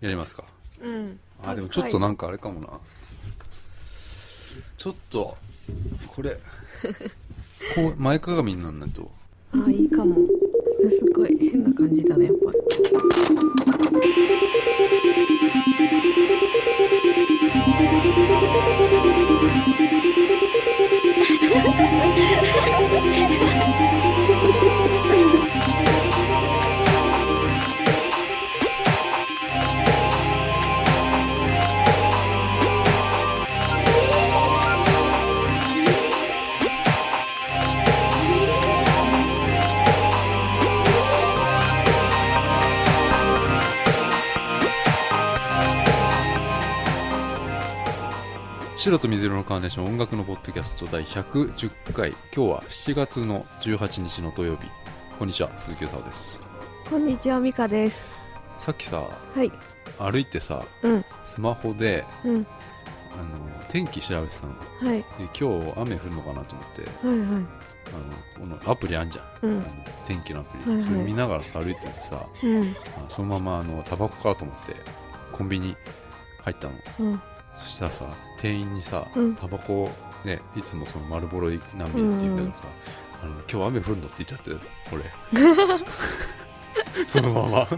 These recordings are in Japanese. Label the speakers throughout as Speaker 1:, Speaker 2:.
Speaker 1: やりますか
Speaker 2: うん
Speaker 1: あでもちょっとなんかあれかもなちょっとこ れこう前かがみになんないと
Speaker 2: あいいかもすごい変な感じだねやっぱ
Speaker 1: 白と水色のカーネーション音楽のポッドキャスト第110回今日は7月の18日の土曜日こんにちは鈴木さおです
Speaker 2: こんにちはミカです
Speaker 1: さっきさ
Speaker 2: はい
Speaker 1: 歩いてさ
Speaker 2: うん
Speaker 1: スマホで
Speaker 2: うん
Speaker 1: あの天気調べてたので
Speaker 2: はい
Speaker 1: 今日雨降るのかなと思って
Speaker 2: はいはい
Speaker 1: あのこのアプリあんじゃん、
Speaker 2: うん
Speaker 1: あの天気のアプリ、
Speaker 2: はいはい
Speaker 1: それ見ながら歩いててさ
Speaker 2: うん
Speaker 1: あそのままあのタバコかと思ってコンビニ入ったの
Speaker 2: うん
Speaker 1: そしたらさ店員にさ、
Speaker 2: うん
Speaker 1: タバコをねいつもその丸ボロい何ミリって言うんだけどさ、あの今日雨降るんだって言っちゃって 俺そのまま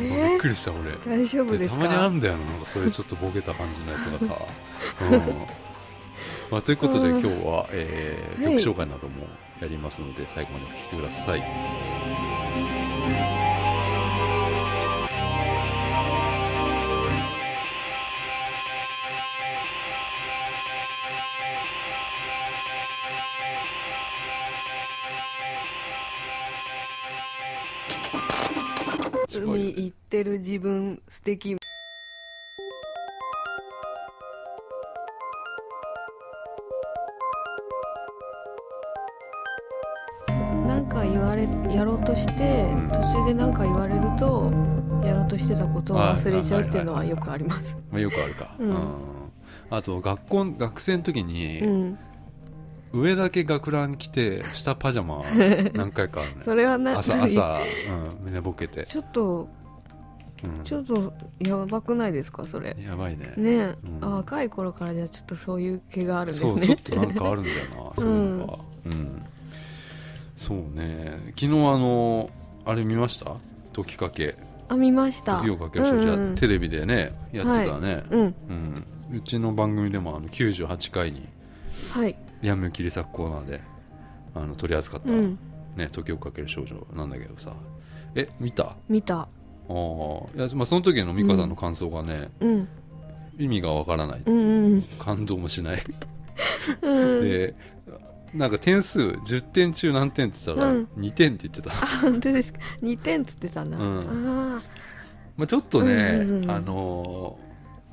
Speaker 1: び
Speaker 2: え
Speaker 1: っくりした俺
Speaker 2: 大丈夫
Speaker 1: で
Speaker 2: です
Speaker 1: た
Speaker 2: か
Speaker 1: まにあんだよななんかそういうちょっとボケた感じのやつが さ、うんまあ、ということで
Speaker 2: うん
Speaker 1: 今日は、えー
Speaker 2: はい
Speaker 1: 曲紹介などもやりますので最後までお聴きください違うよ
Speaker 2: 海行ってる自分素敵なんか言われやろうとして、
Speaker 1: うん
Speaker 2: 途中で何か言われるとやろうとしてたことを忘れちゃうっていうのはよくあります。
Speaker 1: まあ、よくあるか、
Speaker 2: うん
Speaker 1: あと学校学生の時に、
Speaker 2: うん、
Speaker 1: 上だけ学ラン着て下パジャ マ何回かある
Speaker 2: そ
Speaker 1: ね
Speaker 2: れはな
Speaker 1: 朝
Speaker 2: なに
Speaker 1: 朝、うん、寝ぼけて、
Speaker 2: ちょっと
Speaker 1: うん
Speaker 2: ちょっとやばくないですかそれ。
Speaker 1: やばいね
Speaker 2: ねえ、
Speaker 1: うん
Speaker 2: あ若い頃からじゃあちょっとそういう気があるんで
Speaker 1: そ
Speaker 2: す
Speaker 1: うちょ
Speaker 2: ね
Speaker 1: っ。となんかあるんだよなそういうのがうん、そうね昨日あのあれ見ました時かけ
Speaker 2: あ見ました。
Speaker 1: 時をかける少女、
Speaker 2: うんうんうん
Speaker 1: テレビでねやってたね、
Speaker 2: うん
Speaker 1: うんうちの番組でもあの98回に
Speaker 2: はい。
Speaker 1: ヤンムー切り裂くコーナーであの取り扱った、
Speaker 2: うん
Speaker 1: ね、時をかける少女なんだけどさえ見たあ
Speaker 2: 見た。
Speaker 1: ーいや、まあ、その時の美香さんの感想がね、
Speaker 2: うん
Speaker 1: 意味がわからない
Speaker 2: うんうん
Speaker 1: 感動もしない、
Speaker 2: うん。うん
Speaker 1: でなんか点数10点中何点って言ったら
Speaker 2: うん
Speaker 1: 2点って言ってた、
Speaker 2: 本当ですか。二点つってたな。
Speaker 1: うん
Speaker 2: ああ
Speaker 1: まあちょっとね、
Speaker 2: うんうんうん
Speaker 1: あのー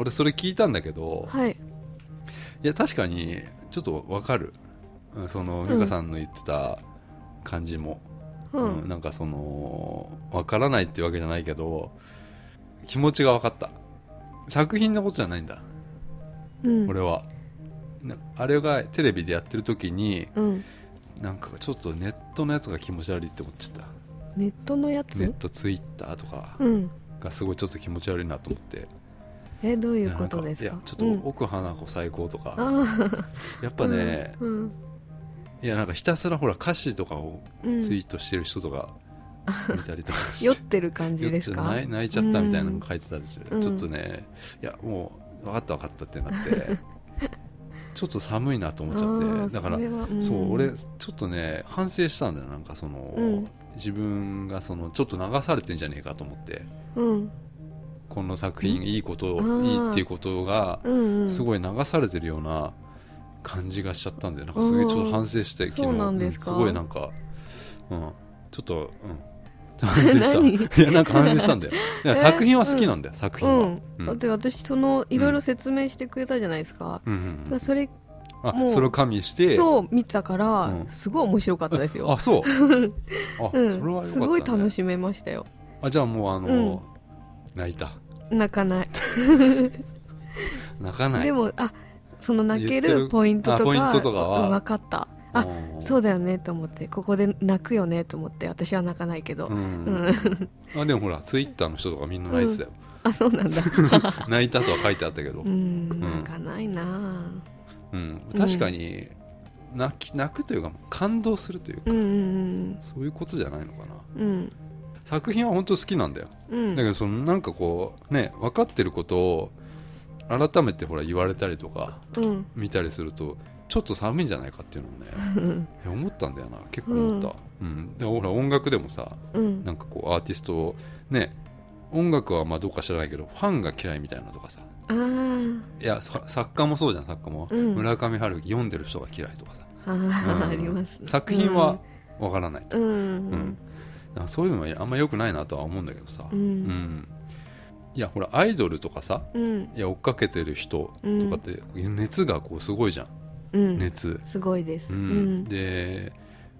Speaker 1: 俺それ聞いたんだけど、
Speaker 2: はい。
Speaker 1: いや確かにちょっとわかるうんその美香さんの言ってた感じも、
Speaker 2: う
Speaker 1: うん
Speaker 2: ん
Speaker 1: なんかそのわからないってわけじゃないけど気持ちが分かった作品のことじゃないんだ、
Speaker 2: うん。
Speaker 1: 俺はなあれがテレビでやってる時に
Speaker 2: うん。
Speaker 1: なんかちょっとネットのやつが気持ち悪いって思っちゃった
Speaker 2: ネットのや
Speaker 1: ネ
Speaker 2: つ
Speaker 1: ッ。トツイッターとか
Speaker 2: うん。
Speaker 1: がすごいちょっと気持ち悪いなと思って
Speaker 2: えどう
Speaker 1: い
Speaker 2: い
Speaker 1: や
Speaker 2: う
Speaker 1: な
Speaker 2: こ
Speaker 1: ん
Speaker 2: とです
Speaker 1: い
Speaker 2: か。
Speaker 1: やちょっと
Speaker 2: うん
Speaker 1: 奥花子最高とか、
Speaker 2: あ
Speaker 1: やっ
Speaker 2: あ。
Speaker 1: ぱね、
Speaker 2: うん。
Speaker 1: いやなんかひたすらほら歌詞とかを
Speaker 2: うんうん
Speaker 1: ツイートしてる人とか見た りとかして、
Speaker 2: 酔ってる感じです
Speaker 1: よっちゃ
Speaker 2: か。
Speaker 1: 泣い泣いちゃったみたいなの書いてたりする、
Speaker 2: うん
Speaker 1: ちょっとねいやもう分かった分かったってなって ちょっと寒いなと思っちゃ
Speaker 2: あ
Speaker 1: っ
Speaker 2: ー
Speaker 1: てだから
Speaker 2: それはん
Speaker 1: そう俺ちょっとね反省したんだよなんかその、
Speaker 2: うん
Speaker 1: 自分がそのちょっと流されてんじゃねえかと思って
Speaker 2: うん
Speaker 1: この作品いいこと
Speaker 2: あー
Speaker 1: いいっていうことが
Speaker 2: うんうん
Speaker 1: すごい流されてるような感じがしちゃったんでなんかすげえちょっと反省して
Speaker 2: うん
Speaker 1: 昨日
Speaker 2: そうなんですか
Speaker 1: うんすごいなんか、うん、ちょっ と、うん、反省したいやなんか反省したんだよいや
Speaker 2: え
Speaker 1: 作品は好きなんだよ、作
Speaker 2: う
Speaker 1: 品は、
Speaker 2: ん、
Speaker 1: うん
Speaker 2: だって私そのいろいろ説明してくれたじゃないですか,、
Speaker 1: うんうんうん
Speaker 2: それも
Speaker 1: あ
Speaker 2: う
Speaker 1: それを加味して
Speaker 2: そう見たから、
Speaker 1: うん
Speaker 2: すごい面白かったですよ
Speaker 1: あ そうあ、
Speaker 2: うん、
Speaker 1: それはよかった、ね、
Speaker 2: すごい楽しめましたよ
Speaker 1: あじゃあもうあの、泣いた
Speaker 2: 泣かない、
Speaker 1: 泣かない
Speaker 2: でもあその泣
Speaker 1: 言
Speaker 2: け
Speaker 1: って
Speaker 2: る
Speaker 1: る
Speaker 2: ポイントとか
Speaker 1: あポイントとかは
Speaker 2: うん分かったあ
Speaker 1: ー
Speaker 2: そうだよねと思ってここで泣くよねと思って私は泣かないけど、
Speaker 1: うん
Speaker 2: うん
Speaker 1: あでもほらツイッターの人とかみんな泣いてたよ、
Speaker 2: あそうなん だ
Speaker 1: 泣いたとは書いてあったけど、う
Speaker 2: うんん泣かないな
Speaker 1: 確かに泣き泣くというか感動するというか、
Speaker 2: うんうん
Speaker 1: そういうことじゃないのかな
Speaker 2: うんうん
Speaker 1: 作品は本当好きなんだよ
Speaker 2: うん
Speaker 1: だけどそのなんかこうね分かってることを改めてほら言われたりとか
Speaker 2: うん
Speaker 1: 見たりするとちょっと寒いんじゃないかっていうのをね いや思ったんだよな結構思った、うんでほら音楽でもさ
Speaker 2: うん
Speaker 1: なんかこうアーティストをね音楽はまあどうか知らないけどファンが嫌いみたいなのとかさ
Speaker 2: あー
Speaker 1: いやさ作家もそうじゃん作家も、
Speaker 2: うん
Speaker 1: 村上春樹読んでる人が嫌いとかさ、
Speaker 2: あー、
Speaker 1: うん
Speaker 2: ありますね
Speaker 1: 作品はわからないと、
Speaker 2: うん
Speaker 1: うん
Speaker 2: うん
Speaker 1: なんかそういうのはあんま良くないなとは思うんだけどさ、
Speaker 2: う
Speaker 1: うんんいやほらアイドルとかさ
Speaker 2: うん
Speaker 1: いや追っかけてる人とかって熱がこうすごいじゃん、
Speaker 2: うん
Speaker 1: 熱、
Speaker 2: すごいです
Speaker 1: う
Speaker 2: うんん
Speaker 1: で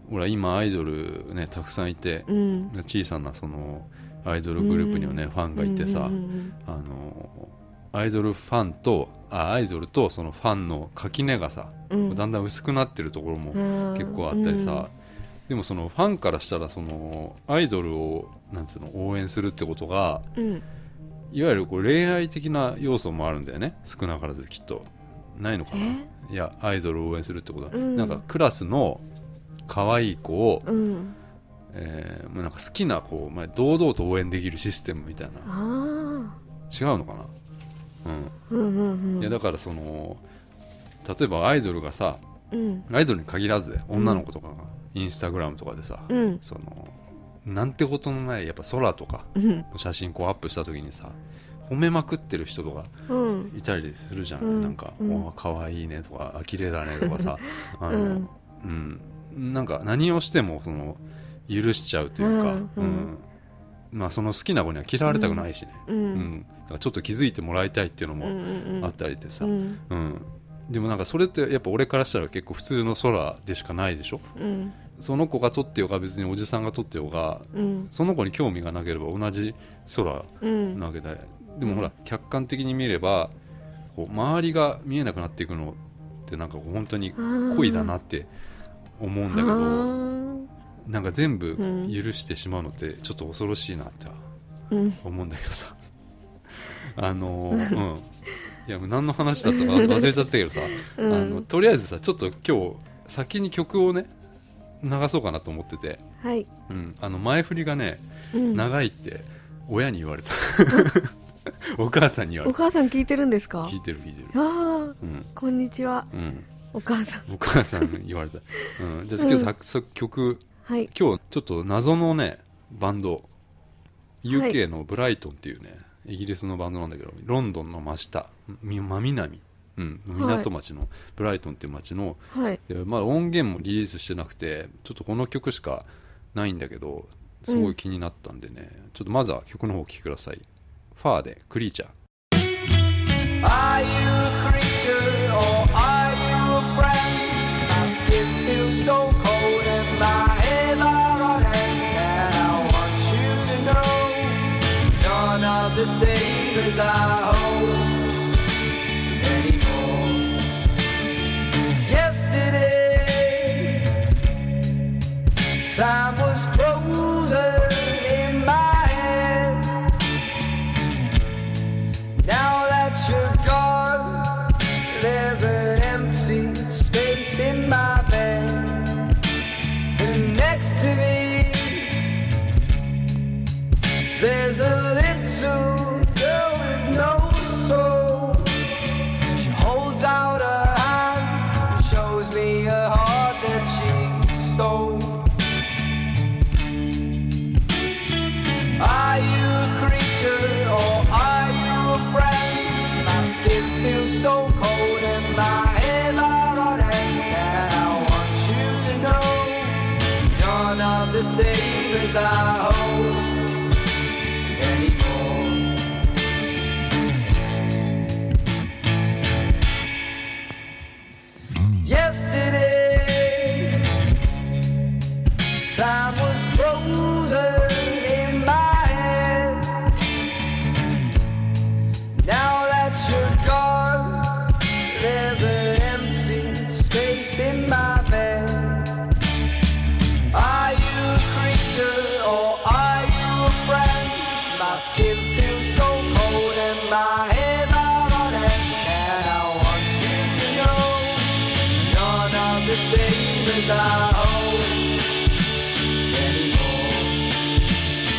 Speaker 1: ほら今アイドルねたくさんいて
Speaker 2: う、ん
Speaker 1: 小さなそのアイドルグループにはね、
Speaker 2: うん
Speaker 1: ファンがいてさ、
Speaker 2: うん
Speaker 1: あのアイドルファンとあアイドルとそのファンの垣根がさ、
Speaker 2: うんうん
Speaker 1: だんだん薄くなってるところも
Speaker 2: うん
Speaker 1: 結構あったりさ、でもそのファンからしたらそのアイドルをなんつうの応援するってことが
Speaker 2: うん
Speaker 1: いわゆるこう恋愛的な要素もあるんだよね少なからずきっとないのかな
Speaker 2: え
Speaker 1: いやアイドルを応援するってことは、
Speaker 2: うん
Speaker 1: なんかクラスの可愛い子を、
Speaker 2: うん
Speaker 1: えーもうなんか好きな子を、まあ、堂々と応援できるシステムみたいな
Speaker 2: あ
Speaker 1: 違うのかなうん
Speaker 2: ーうんうんうん
Speaker 1: いやだからその例えばアイドルがさ
Speaker 2: うん
Speaker 1: アイドルに限らず女の子とかがインスタグラムとかでさ、
Speaker 2: うん
Speaker 1: そのなんてことのないやっぱ空とか
Speaker 2: うん
Speaker 1: の写真こうアップした時にさ褒めまくってる人とか
Speaker 2: うん
Speaker 1: いたりするじゃん、
Speaker 2: うん
Speaker 1: なんか「
Speaker 2: うん
Speaker 1: おー可愛いね」とかあ「綺麗だね」とか さあの、
Speaker 2: う
Speaker 1: うん
Speaker 2: ん
Speaker 1: なんか何をしてもその許しちゃうというか、
Speaker 2: うん
Speaker 1: う
Speaker 2: うんん
Speaker 1: まあ、その好きな子には嫌われたくないしね、
Speaker 2: う
Speaker 1: うん
Speaker 2: ん
Speaker 1: だからちょっと気づいてもらいたいっていうの
Speaker 2: う
Speaker 1: も
Speaker 2: ん
Speaker 1: あったりでさ、
Speaker 2: うん
Speaker 1: うん、でもなんかそれってやっぱ俺からしたら結構普通の空でしかないでしょ
Speaker 2: うん
Speaker 1: その子が撮ってようが別におじさんが撮ってようが
Speaker 2: うん
Speaker 1: その子に興味がなければ同じ空
Speaker 2: うん
Speaker 1: なわけで、でもほら客観的に見ればこう周りが見えなくなっていくのってなんかこう本当に恋だなって思うんだけ
Speaker 2: あ
Speaker 1: ど
Speaker 2: ー
Speaker 1: なんか全部
Speaker 2: うん
Speaker 1: 許してしまうのってちょっと恐ろしいなって
Speaker 2: うん
Speaker 1: 思うんだけど さあのーうんいやもう何の話だったか忘れちゃったけどさ
Speaker 2: う
Speaker 1: あの
Speaker 2: ん
Speaker 1: とりあえずさちょっと今日先に曲をね流そうかなと思ってて、
Speaker 2: はい
Speaker 1: うん、あの前振りがね
Speaker 2: うん
Speaker 1: 長いって親に言われたお母さんに言わ
Speaker 2: お
Speaker 1: れた
Speaker 2: 母さん聞いてるんですか
Speaker 1: 聞いてる聞いてる
Speaker 2: ああ
Speaker 1: うん
Speaker 2: こんにちは
Speaker 1: うん
Speaker 2: お母さん
Speaker 1: お母さんに言われた、 うん、じゃあ今日早速曲
Speaker 2: はい
Speaker 1: 今日ちょっと謎のねバンド UK のブライトンっていうね、イギリスのバンドなんだけどロンドンの真下み真南、うん、港町のブライトンっていう町の
Speaker 2: はい
Speaker 1: でまあ、音源もリリースしてなくてちょっとこの曲しかないんだけどすごい気になったんでね、ちょっとまずは曲の方お聴きください「ファーでクリーチャー
Speaker 3: Are you a creature or are you a friend? My skin feels so cold and my hands are running. And I want you to know you're not the same as I hope anymore. Yesterday, time was frozen in my head. Now that you're gone, there's an empty space in my bed. And next to me, there's a little girl with no soul. She holds out her hand and shows me a heart that she stole. Are you a creature or are you a friend? My skin feels so cold and my hands are on end. And I want you to know you're not the same as I hoped anymore. Yesterday. Time was frozen in my head. Now that you're gone, there's an empty space in my bed. skin feels so cold and my hands are running. And I want you to know, none of the same as I own anymore.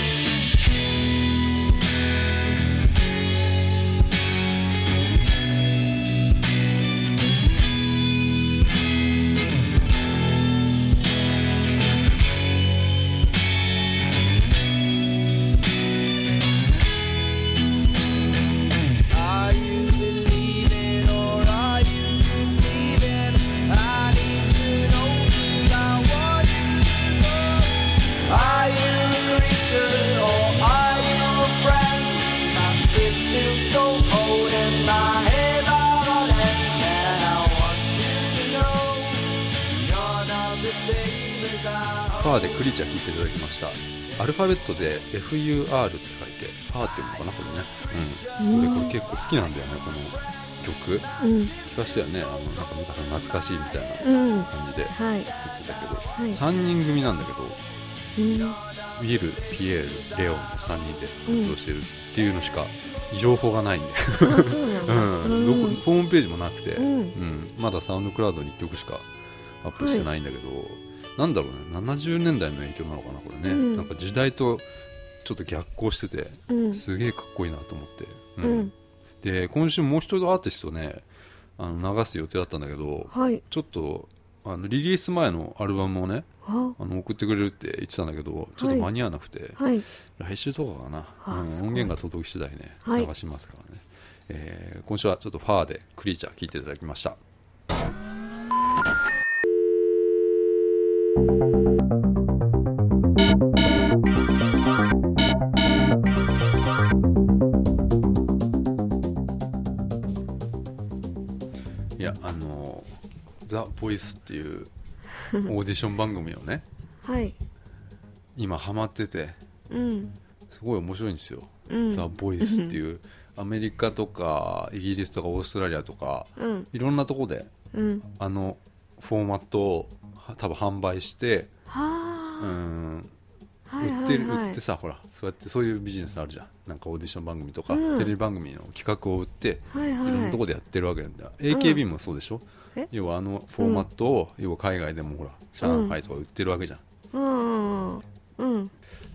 Speaker 3: Are you believing or are you just leaving? I need to know you. I want you to know. Are you a creature or are you a friend? My skin feels so cold and my hands are on end. And I want you to know you're not the same as I.
Speaker 1: ファーでクリーチャー聞いていただきましたアルファベットで FUR って書いてファーっていうのかなこれね、うん、
Speaker 2: うん
Speaker 1: 俺これ結構好きなんだよねこの曲
Speaker 2: うん
Speaker 1: 聞かせてよねあのなんか昔の懐かしいみたいな
Speaker 2: うん
Speaker 1: 感じで
Speaker 2: は
Speaker 1: 言っ
Speaker 2: い
Speaker 1: てたけど、
Speaker 2: い
Speaker 1: 3人組なんだけど
Speaker 2: うん
Speaker 1: ウィル、ピエール、レオンの3人で活動してるっていうのしか情報がないんで、
Speaker 2: あそうなん
Speaker 1: うんど
Speaker 2: だ
Speaker 1: こホームページもなくて、
Speaker 2: う
Speaker 1: う
Speaker 2: ん
Speaker 1: んまだサウンドクラウドに1曲しかアップしてないんだけど、なんだろうね70年代の影響なのかなこれね、
Speaker 2: うん
Speaker 1: なんか時代とちょっと逆行してて
Speaker 2: うん
Speaker 1: すげえかっこいいなと思って、う
Speaker 2: うんん
Speaker 1: で今週もう一度アーティストねあの流す予定だったんだけど
Speaker 2: はい
Speaker 1: ちょっとあのリリース前のアルバムをね
Speaker 2: あ
Speaker 1: あの送ってくれるって言ってたんだけどちょっと間に合わなくて、
Speaker 2: はい
Speaker 1: 来週とかかな、
Speaker 2: あ
Speaker 1: うん
Speaker 2: すごい
Speaker 1: 音源が届き次第ね、
Speaker 2: はい
Speaker 1: 流しますからね、えー今週はちょっとファーでクリーチャー聞いていただきましたいやあの「ザ・ボイスっていうオーディション番組をね
Speaker 2: はい
Speaker 1: 今ハマってて
Speaker 2: うん
Speaker 1: すごい面白いんですよ
Speaker 2: うん
Speaker 1: ザ・ボイスっていうアメリカとかイギリスとかオーストラリアとか
Speaker 2: うん
Speaker 1: いろんなとこで
Speaker 2: うん
Speaker 1: あのフォーマットをは多分販売してう
Speaker 2: は
Speaker 1: ん
Speaker 2: あはい
Speaker 1: 売
Speaker 2: は
Speaker 1: って
Speaker 2: い
Speaker 1: る
Speaker 2: は
Speaker 1: 売
Speaker 2: い
Speaker 1: ってさほらそうやってそういうビジネスあるじゃんなんかオーディション番組とか
Speaker 2: うん
Speaker 1: テレビ番組の企画を売って
Speaker 2: は
Speaker 1: い
Speaker 2: い
Speaker 1: ろんなと
Speaker 2: は
Speaker 1: こでやってるわけなんだ AKB もそうでしょ
Speaker 2: え
Speaker 1: 要はあのフォーマットを要は海外でもほら上海とか売ってるわけじゃん
Speaker 2: いうんうんうん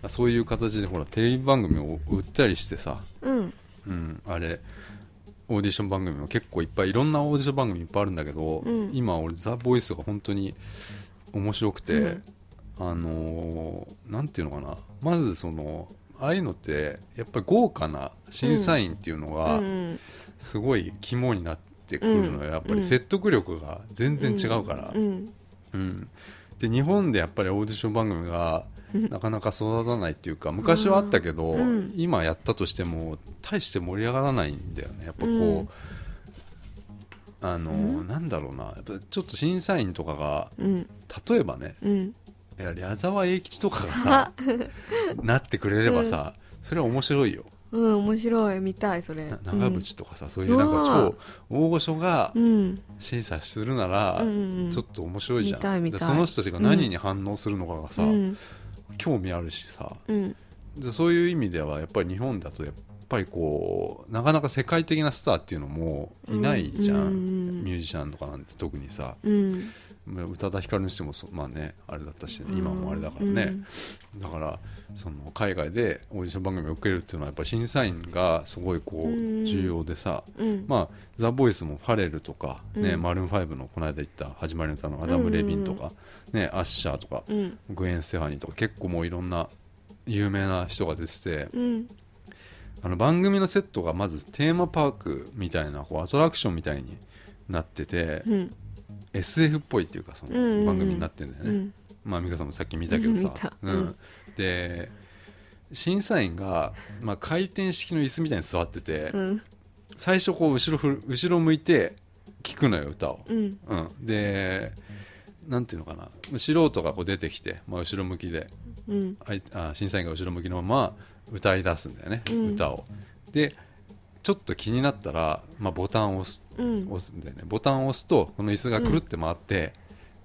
Speaker 1: そういう形でほらテレビ番組を売ったりしてさ
Speaker 2: うん
Speaker 1: うん、あれオーディション番組も結構いっぱいいろんなオーディション番組いっぱいあるんだけど、
Speaker 2: うん
Speaker 1: 今俺「ザ・ボイスが本当に面白くて、
Speaker 2: うん
Speaker 1: あのーなんていうのかなまずそのああいうのってやっぱり豪華な審査員っていうの
Speaker 2: う
Speaker 1: が
Speaker 2: ん
Speaker 1: すごい肝になってくるのよ、
Speaker 2: うん
Speaker 1: やっぱ
Speaker 2: う
Speaker 1: り
Speaker 2: ん
Speaker 1: 説得力が全然違うから。
Speaker 2: うん
Speaker 1: うんで日本でやっぱりオーディション番組がなかなか育たないっていうか昔はあったけど、
Speaker 2: うん
Speaker 1: 今やったとしても大して盛り上がらないんだよねやっぱこう、
Speaker 2: うん
Speaker 1: あの、なんだろうなやっぱちょっと審査員とかが
Speaker 2: うん
Speaker 1: 例えばね
Speaker 2: うん
Speaker 1: いや矢沢永吉とかが さなってくれればさ、それは面白いよ
Speaker 2: うん面白い見たいそれ
Speaker 1: な
Speaker 2: うん
Speaker 1: 長渕とかさ、そういうなんか超大御所が
Speaker 2: うん
Speaker 1: 審査するなら、
Speaker 2: うんうんうん
Speaker 1: ちょっと面白いじゃん
Speaker 2: 見たい見たい
Speaker 1: でその人たちが何に反応するのかがさ、
Speaker 2: うん
Speaker 1: 興味あるしさ
Speaker 2: うん
Speaker 1: でそういう意味ではやっぱり日本だとやっぱりこうなかなか世界的なスターっていうのもいないじゃん、
Speaker 2: うんうんうん
Speaker 1: ミュージシャンとかなんて特にさ
Speaker 2: うん
Speaker 1: まあ宇多田ヒカルにしてもそまあねあれだったし、
Speaker 2: うん
Speaker 1: 今もあれだからね、だからその海外でオーディション番組を受けるっていうのはやっぱり審査員がすごいこ
Speaker 2: うん
Speaker 1: う重要でさ、
Speaker 2: うん
Speaker 1: まあ、ザ・ボイスもファレルとか、ね
Speaker 2: うん
Speaker 1: マルーン5のこの間言った始まりの歌のアダム・レビンとか、ね、アッシャーとか、
Speaker 2: うん
Speaker 1: グエン・ステファニーとか結構もういろんな有名な人が出てて
Speaker 2: うん
Speaker 1: あの番組のセットがまずテーマパークみたいなこうアトラクションみたいになってて、
Speaker 2: うん
Speaker 1: SF っぽいっていうかそ
Speaker 2: うんうんう
Speaker 1: の
Speaker 2: ん
Speaker 1: 番組になってるんだよね、
Speaker 2: うん
Speaker 1: まあ美香さんもさっき見たけどさ
Speaker 2: 見た
Speaker 1: うん
Speaker 2: うん
Speaker 1: で審査員が、まあ、回転式の椅子みたいに座ってて、
Speaker 2: うん
Speaker 1: 最初こう後ろふる後ろ向いて聞くのよ歌を、
Speaker 2: うん
Speaker 1: うん、でなんていうのかな素人がこう出てきて、まあ、後ろ向きで
Speaker 2: うん
Speaker 1: あいあ審査員が後ろ向きのまま歌い出すんだよね、
Speaker 2: うん
Speaker 1: 歌をでちょっと気になったら、まあ、ボタンを押す
Speaker 2: うん
Speaker 1: 押すんだよねボタンを押すとこの椅子がくるって回って、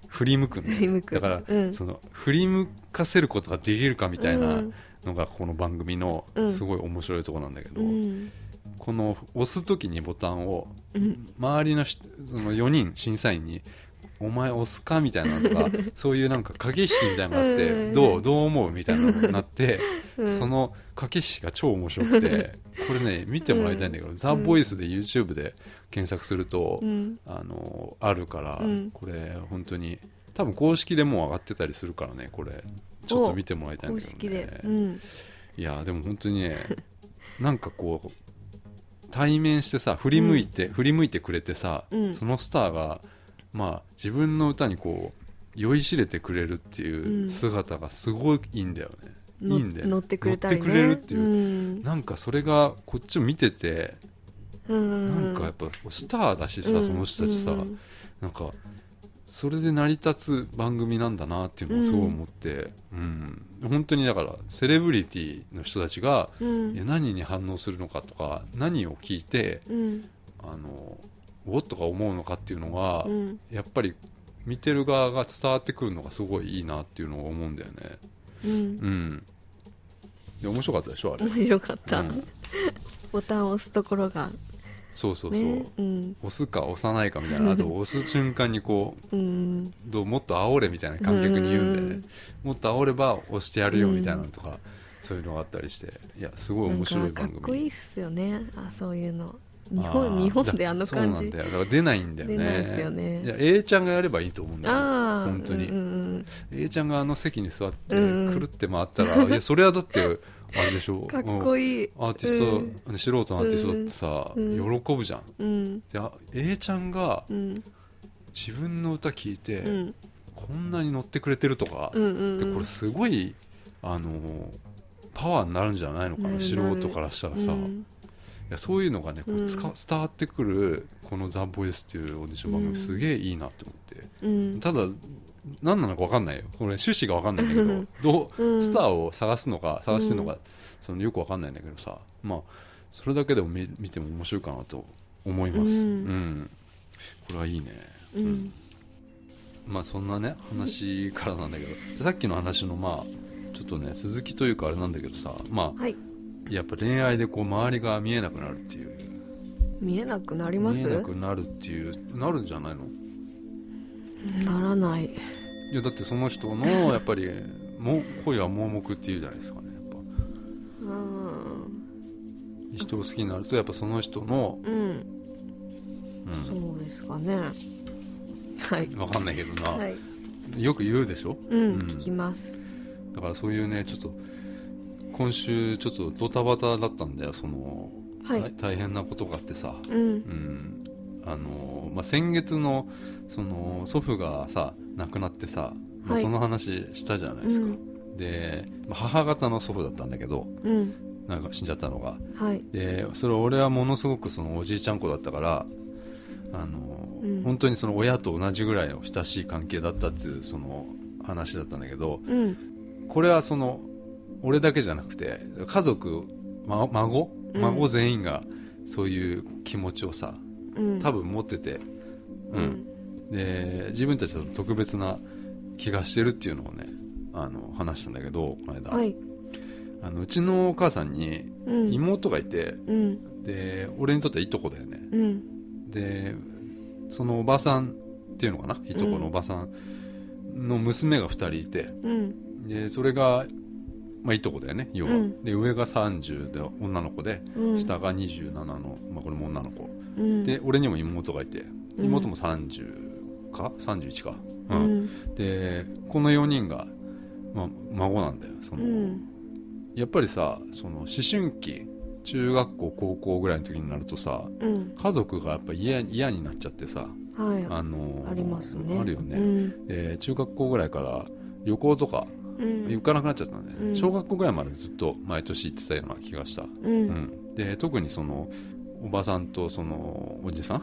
Speaker 1: 振り向くんだよ
Speaker 2: 振り
Speaker 1: ね
Speaker 2: 向く
Speaker 1: だから、
Speaker 2: うん
Speaker 1: その振り向かせることができるかみたいな、
Speaker 2: うん
Speaker 1: のがこの番組の
Speaker 2: うん
Speaker 1: すごい面白いところなんだけど、
Speaker 2: うん
Speaker 1: この押す時にボタンを
Speaker 2: うん
Speaker 1: 周りの人その4人審査員に「お前押すか?」みたいなのと かそういうなんか駆け引きみたいなのがあっ
Speaker 2: うんうんう
Speaker 1: て「
Speaker 2: ん
Speaker 1: どうどう思う?」みたいなのになって
Speaker 2: うん
Speaker 1: その駆け引きが超面白くてこれね見てもらいたいんだけど「ザ・ボイスで YouTube で検索すると
Speaker 2: うん
Speaker 1: あのあるから
Speaker 2: うん
Speaker 1: これ本当に多分公式でもう上がってたりするからねこれちょっと見てもらいたいん
Speaker 2: 公
Speaker 1: だけ
Speaker 2: 式
Speaker 1: どね
Speaker 2: で。うん
Speaker 1: いやーでも本当に ねなんかこう対面してさ振り向いて、振り向いてくれてさ、
Speaker 2: うん
Speaker 1: そのスターがまあ自分の歌にこう酔いしれてくれるっていううん姿がすごいいいんだよね、
Speaker 2: の
Speaker 1: いいんだよ
Speaker 2: 乗ってくれたりね
Speaker 1: 乗ってくれるっていううんなんかそれがこっちを見てて、
Speaker 2: うん
Speaker 1: なんかやっぱスターだしさ、
Speaker 2: うん
Speaker 1: その人たちさ、
Speaker 2: うん
Speaker 1: なんかそれで成り立つ番組なんだなっていうのをすごい思って、うん本当にだからセレブリティの人たちが
Speaker 2: うん
Speaker 1: いや何に反応するのかとか何を聞いて
Speaker 2: うん
Speaker 1: あのおっとか思うのかっていうのが、
Speaker 2: うん
Speaker 1: やっぱり見てる側が伝わってくるのがすごいいいなっていうのを思うんだよね。
Speaker 2: うん
Speaker 1: うん、で面白かったでしょあれ。
Speaker 2: 面白かった、
Speaker 1: うん
Speaker 2: ボタンを押すところが
Speaker 1: そうそうそう、
Speaker 2: ねうん
Speaker 1: 押すか押さないかみたいなあ と押す瞬間にこう
Speaker 2: うん
Speaker 1: どうもっと煽れみたいな観客に言うんだよね、
Speaker 2: うん
Speaker 1: もっと煽れば押してやるよみたいなのとか、そういうのがあったりしていやすごい面白い
Speaker 2: な
Speaker 1: 番
Speaker 2: んか
Speaker 1: 組
Speaker 2: かっこいいっすよねあそういうの日
Speaker 1: あ
Speaker 2: 本
Speaker 1: ー
Speaker 2: 日本であの感
Speaker 1: だそうなん
Speaker 2: じ
Speaker 1: だよだから出ないんだよね
Speaker 2: 出ないっすよね
Speaker 1: いや A ちゃんがやればいいと思うんだよ
Speaker 2: ああ
Speaker 1: 本当に、
Speaker 2: うんうん、
Speaker 1: A ちゃんがあの席に座って
Speaker 2: うん
Speaker 1: くるって回った ら、いやそれはだってあれでしょ
Speaker 2: うん かっこ
Speaker 1: いい
Speaker 2: いい
Speaker 1: アーティスト、素人のアーティストってさ、
Speaker 2: うん
Speaker 1: 喜ぶじゃん
Speaker 2: うん
Speaker 1: であ A ちゃんが
Speaker 2: うん
Speaker 1: 自分の歌聞いて、
Speaker 2: うん
Speaker 1: こんなに乗ってくれてるとか、
Speaker 2: うんうん
Speaker 1: でこれすごいあのパワーになるんじゃないのかな
Speaker 2: なる
Speaker 1: 素人からしたらさ、
Speaker 2: うん
Speaker 1: いやそういうのがねこう、
Speaker 2: うん
Speaker 1: つか伝わってくるこの「ザ・ボイスっていうオーディション番組、
Speaker 2: うん
Speaker 1: すげえいいなと思って
Speaker 2: うん
Speaker 1: ただ何なのか分かんないよこれ趣旨が分かんないんだ
Speaker 2: う
Speaker 1: け
Speaker 2: ん
Speaker 1: どど
Speaker 2: う
Speaker 1: うんスターを探すのか探してるのか、そのよく分かんないんだけどさまあそれだけでも見見ても面白いかなと思います、う
Speaker 2: うんん
Speaker 1: これはいいね、
Speaker 2: うん
Speaker 1: まあそんなね話からなんだけどさっきの話のまあちょっとね続きというかあれなんだけどさま
Speaker 2: はい
Speaker 1: あやっぱ恋愛でこう周りが見えなくなるっていう
Speaker 2: 見えなくなりま
Speaker 1: 見
Speaker 2: す
Speaker 1: えなくなるっていうなるんじゃないの
Speaker 2: ならない
Speaker 1: いやだってその人 のやっぱりも恋は盲目っていうじゃないですかねやっぱ
Speaker 2: うん
Speaker 1: 人を好きになるとやっぱその人の、
Speaker 2: うん
Speaker 1: うん、
Speaker 2: そうですかねはい
Speaker 1: 分かんないけどな、
Speaker 2: はい
Speaker 1: よく言うでしょ
Speaker 2: うん、
Speaker 1: うん
Speaker 2: 聞きます
Speaker 1: だからそういうねちょっと今週ちょっとドタバタだったんだよその、
Speaker 2: はい
Speaker 1: 大大変なことがあってさ、
Speaker 2: うん
Speaker 1: うんあのまあ、先月のその祖父がさ亡くなってさ、まあ、
Speaker 2: はい
Speaker 1: その話したじゃないですか、で、まあ母方の祖父だったんだけど
Speaker 2: うん
Speaker 1: なんか死んじゃったのが
Speaker 2: はい
Speaker 1: でそれ俺はものすごくそのおじいちゃん子だったからあの、
Speaker 2: うん
Speaker 1: 本当にその親と同じぐらいの親しい関係だったっていうその話だったんだけど
Speaker 2: うん
Speaker 1: これはその俺だけじゃなくて家族、ま、孫
Speaker 2: うん
Speaker 1: 孫全員がそういう気持ちをさ
Speaker 2: うん
Speaker 1: 多分持ってて、うんで自分たちは特別な気がしてるっていうのをねあの話したんだけどこの間、
Speaker 2: はい
Speaker 1: あのうちのお母さんに
Speaker 2: うん
Speaker 1: 妹がいて、
Speaker 2: うん
Speaker 1: で俺にとってはいとこだよね
Speaker 2: うん
Speaker 1: でそのおばさんっていうのかないとこのおばさんの娘が2人いて
Speaker 2: うん
Speaker 1: でそれが、まあ、いとこだよね要は、
Speaker 2: うん
Speaker 1: で上が30で女の子で
Speaker 2: うん
Speaker 1: 下が27の、まあ、これも女の子
Speaker 2: うん
Speaker 1: で俺にも妹がいて
Speaker 2: ん
Speaker 1: 妹も30か31か、
Speaker 2: う
Speaker 1: うん
Speaker 2: ん
Speaker 1: でこの4人が、まあ、孫なんだよその、
Speaker 2: うん
Speaker 1: やっぱりさその思春期中学校高校ぐらいの時になるとさ
Speaker 2: うん
Speaker 1: 家族がやっぱ嫌嫌になっちゃってさ、
Speaker 2: はい
Speaker 1: あのー
Speaker 2: ありますね
Speaker 1: あるよね、
Speaker 2: うん
Speaker 1: で中学校ぐらいから旅行とか
Speaker 2: うん
Speaker 1: 行かなくなっちゃったんだよね、
Speaker 2: うん
Speaker 1: 小学校ぐらいまでずっと毎年行ってたような気がした、
Speaker 2: う
Speaker 1: うんんで特にそのおばさんとそのおじさ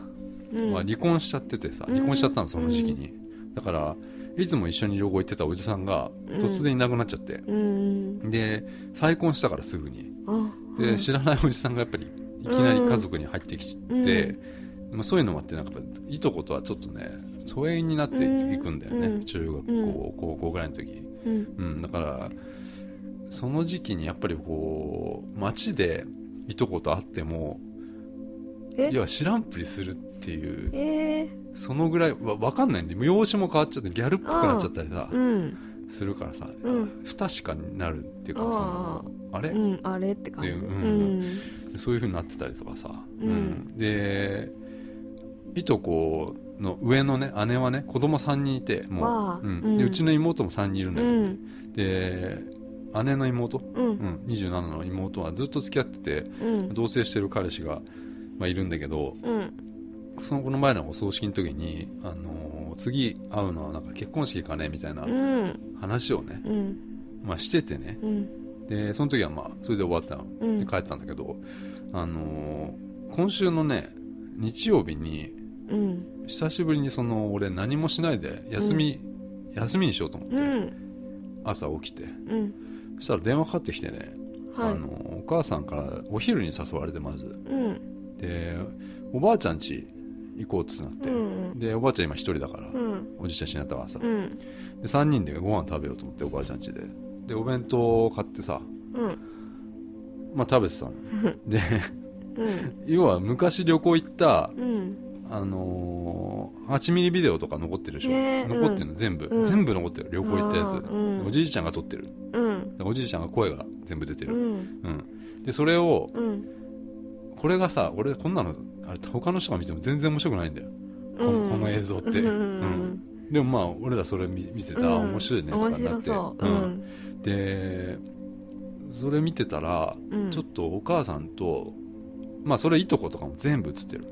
Speaker 1: ん
Speaker 2: うん
Speaker 1: は離婚しちゃっててさ
Speaker 2: うん
Speaker 1: 離婚しちゃったのその時期に、だからいつも一緒に旅行行ってたおじさんが突然いなくなっちゃって、
Speaker 2: うん
Speaker 1: で再婚したからすぐに
Speaker 2: あ
Speaker 1: で、
Speaker 2: はい
Speaker 1: 知らないおじさんがやっぱりいきなり家族に入ってきて、まあ、そういうのもあってなんかやっぱいとことはちょっとね疎遠になっていくんだよね、
Speaker 2: うん
Speaker 1: 中学校、
Speaker 2: う
Speaker 1: 高校ぐらいの時、
Speaker 2: うん
Speaker 1: うん、だからその時期にやっぱりこう街でいとこと会っても
Speaker 2: え
Speaker 1: いや知らんぷりするっていう
Speaker 2: えー、
Speaker 1: そのぐらいわ分かんないんで容姿も変わっちゃってギャルっぽくなっちゃったりさ
Speaker 2: うん
Speaker 1: するからさ、
Speaker 2: うん
Speaker 1: 不確かになるっていうか
Speaker 2: あー
Speaker 1: そのあれ、
Speaker 2: うんあれって感じ、
Speaker 1: でう
Speaker 2: うん
Speaker 1: んそういうふうになってたりとかさ、
Speaker 2: うん
Speaker 1: でいとこの上のね姉はね子供3人いても
Speaker 2: わあ
Speaker 1: う、うんで
Speaker 2: うん
Speaker 1: うちの妹も3人いるん
Speaker 2: う
Speaker 1: だけど、
Speaker 2: ん
Speaker 1: で姉の妹、
Speaker 2: う
Speaker 1: うんん、27の妹はずっと付き合ってて
Speaker 2: うん
Speaker 1: 同棲してる彼氏が、まあ、いるんだけど
Speaker 2: うん
Speaker 1: そのこの前のお葬式の時に、あのー次会うのはなんか結婚式かねみたいな
Speaker 2: うん
Speaker 1: 話をね、
Speaker 2: うん
Speaker 1: まあ、しててね
Speaker 2: うん
Speaker 1: でその時はまあそれで終わったの
Speaker 2: うん
Speaker 1: で帰ったんだけど、あのー今週のね日曜日に
Speaker 2: うん
Speaker 1: 久しぶりにその俺何もしないで休み、休みにしようと思って、
Speaker 2: うん
Speaker 1: 朝起きて
Speaker 2: うん
Speaker 1: そしたら電話かかってきてね、
Speaker 2: はい
Speaker 1: あのお母さんからお昼に誘われてまず
Speaker 2: うん
Speaker 1: でおばあちゃん家行こうってなって、
Speaker 2: うん
Speaker 1: でおばあちゃん今一人だから、
Speaker 2: うん
Speaker 1: おじいちゃん死なったからさ、
Speaker 2: う
Speaker 1: で
Speaker 2: ん
Speaker 1: 3人でご飯食べようと思っておばあちゃん家ででお弁当を買ってさ
Speaker 2: うん
Speaker 1: まあ食べてたので
Speaker 2: うん
Speaker 1: 要は昔旅行行った
Speaker 2: うん
Speaker 1: あのー、8ミリビデオとか残ってるでしょ、
Speaker 2: ねえ
Speaker 1: 残ってるの全部、
Speaker 2: うん
Speaker 1: 全部残ってる旅行行ったやつ、
Speaker 2: あーうん
Speaker 1: おじいちゃんが撮ってる
Speaker 2: うん
Speaker 1: おじいちゃんが声が全部出て
Speaker 2: う
Speaker 1: る、うん
Speaker 2: ん
Speaker 1: でそれを
Speaker 2: うん
Speaker 1: これがさ俺こんなのあれ他の人が見ても全然面白くないんだよ、このこの映像って、
Speaker 2: うん
Speaker 1: うんでもまあ俺らそれ見見てた、
Speaker 2: うん
Speaker 1: 面白いねとか
Speaker 2: 面
Speaker 1: にな
Speaker 2: 白
Speaker 1: って
Speaker 2: そううん
Speaker 1: うんでそれ見てたら、
Speaker 2: うん
Speaker 1: ちょっとお母さんとまあそれいとことかも全部映ってる、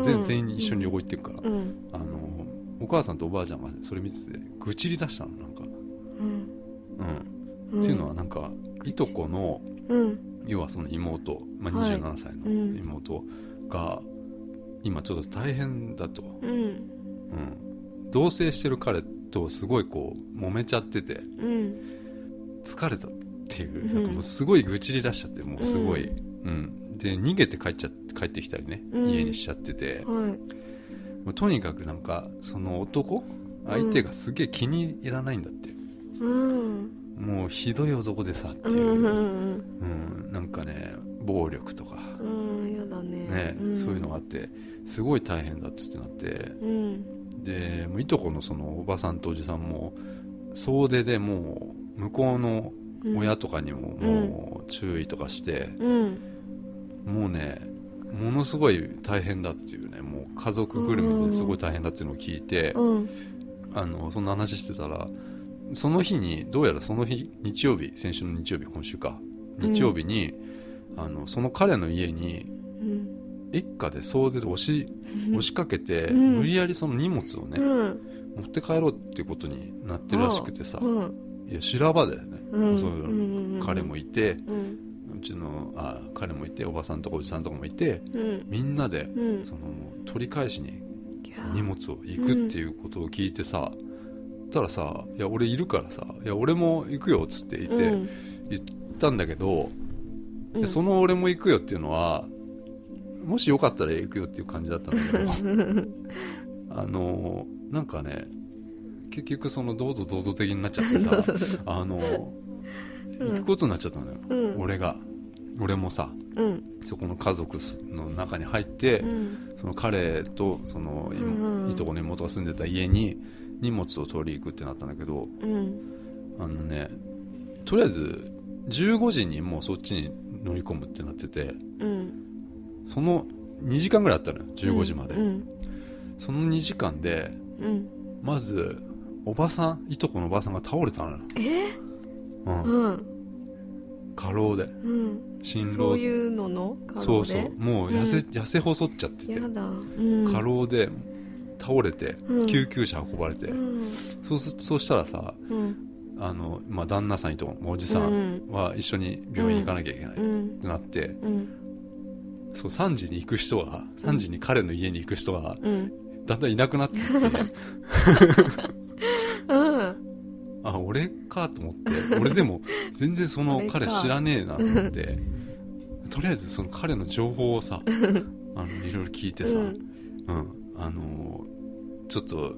Speaker 2: う
Speaker 1: 全
Speaker 2: ん
Speaker 1: 全員一緒に旅行行ってるから、
Speaker 2: うん
Speaker 1: あのお母さんとおばあちゃんがそれ見てて愚痴り出したのなんか、
Speaker 2: うん
Speaker 1: うん
Speaker 2: うん
Speaker 1: っていうのはなんかいとこの
Speaker 2: うん
Speaker 1: 要はその妹、まあ、
Speaker 2: はい
Speaker 1: 27歳の
Speaker 2: うん
Speaker 1: 妹が今ちょっと大変だと、
Speaker 2: うん
Speaker 1: うん、同棲してる彼とすごいこう揉めちゃってて
Speaker 2: うん
Speaker 1: 疲れたっていううんなんかもうすごい愚痴り出しちゃってもうすごい、うん、で逃げて帰っちゃって帰ってきたりね
Speaker 2: うん
Speaker 1: 家にしちゃってて、
Speaker 2: はい
Speaker 1: もうとにかくなんかその男相手がすげえ気に入らないんだって、
Speaker 2: うん
Speaker 1: もうひどい男でさって
Speaker 2: うんう
Speaker 1: い
Speaker 2: ん
Speaker 1: う、
Speaker 2: う
Speaker 1: うん
Speaker 2: ん
Speaker 1: なんかね暴力とか、
Speaker 2: うんやだね
Speaker 1: ね
Speaker 2: ん
Speaker 1: そういうのがあってすごい大変だっつってなって
Speaker 2: うん
Speaker 1: でもういとこのそのおばさんとおじさんも総出でもう向こうの
Speaker 2: うん
Speaker 1: 親とかにも
Speaker 2: ん
Speaker 1: もう注意とかして、
Speaker 2: うん
Speaker 1: もうねものすごい大変だっていうねもう家族ぐるみですごい大変だっていうのを聞いて、
Speaker 2: うん
Speaker 1: あのそんな話してたらその日にどうやらその日日曜日先週の日曜日今週か
Speaker 2: うん
Speaker 1: 日曜日に、あのその彼の家に
Speaker 2: うん
Speaker 1: 一家で総出で押し押しかけて、
Speaker 2: うん
Speaker 1: 無理やりその荷物をね、
Speaker 2: うん
Speaker 1: 持って帰ろうっていうことになってるらしくてさ、
Speaker 2: うん
Speaker 1: いや修羅場だよね、
Speaker 2: うん
Speaker 1: そういうの
Speaker 2: うん
Speaker 1: 彼もいて
Speaker 2: うん
Speaker 1: うちのあ彼もいておばさんとかおじさんとかもいて
Speaker 2: うん
Speaker 1: みんなで
Speaker 2: うん
Speaker 1: その取り返しに
Speaker 2: いや
Speaker 1: 荷物を行くっていうことを聞いてさ、たらさ「いや俺いるからさいや俺も行くよ」っつって言って、
Speaker 2: うん
Speaker 1: 言ったんだけど、
Speaker 2: う
Speaker 1: いや
Speaker 2: ん
Speaker 1: その「俺も行くよ」っていうのはもしよかったら行くよっていう感じだったんだけど あのなんかね結局そのどうぞどうぞ的になっちゃってさあの
Speaker 2: うん
Speaker 1: 行くことになっちゃったのよ、
Speaker 2: うん
Speaker 1: 俺が俺もさ
Speaker 2: うん
Speaker 1: そこの家族の中に入って、
Speaker 2: うん
Speaker 1: その彼とその今
Speaker 2: うんうん
Speaker 1: いとこの妹が住んでた家に荷物を取りに行くってなったんだけど
Speaker 2: うん
Speaker 1: あのねとりあえず15時にもうそっちに乗り込むってなってて
Speaker 2: うん
Speaker 1: その2時間ぐらいあったのよ15時まで、
Speaker 2: うん
Speaker 1: その2時間で
Speaker 2: うん
Speaker 1: まずおばさんいとこのおばさんが倒れたのよ、
Speaker 2: え
Speaker 1: うん、
Speaker 2: うん
Speaker 1: 過労で
Speaker 2: うん
Speaker 1: 心
Speaker 2: そ
Speaker 1: 労
Speaker 2: ういうのの過
Speaker 1: そ
Speaker 2: 労
Speaker 1: う
Speaker 2: で
Speaker 1: そうもう痩せ,、
Speaker 2: うん
Speaker 1: 痩せ細っちゃってて
Speaker 2: やだうん
Speaker 1: 過労で倒れて
Speaker 2: うん
Speaker 1: 救急車運ばれて、
Speaker 2: うん
Speaker 1: そうすそうしたらさ
Speaker 2: うん
Speaker 1: あの、まあ、旦那さんとおじさ
Speaker 2: うんん
Speaker 1: は一緒に病院行かなきゃいけないっ
Speaker 2: うん
Speaker 1: てなって、
Speaker 2: うん
Speaker 1: そう3時に行く人が3時に彼の家に行く人が
Speaker 2: うん
Speaker 1: だんだんいなくなってきて
Speaker 2: うん
Speaker 1: あ俺かと思って俺でも全然その
Speaker 2: 俺か
Speaker 1: 彼知らねえなと思ってとりあえずその彼の情報をさあのいろいろ聞いてさ、うんあのちょっと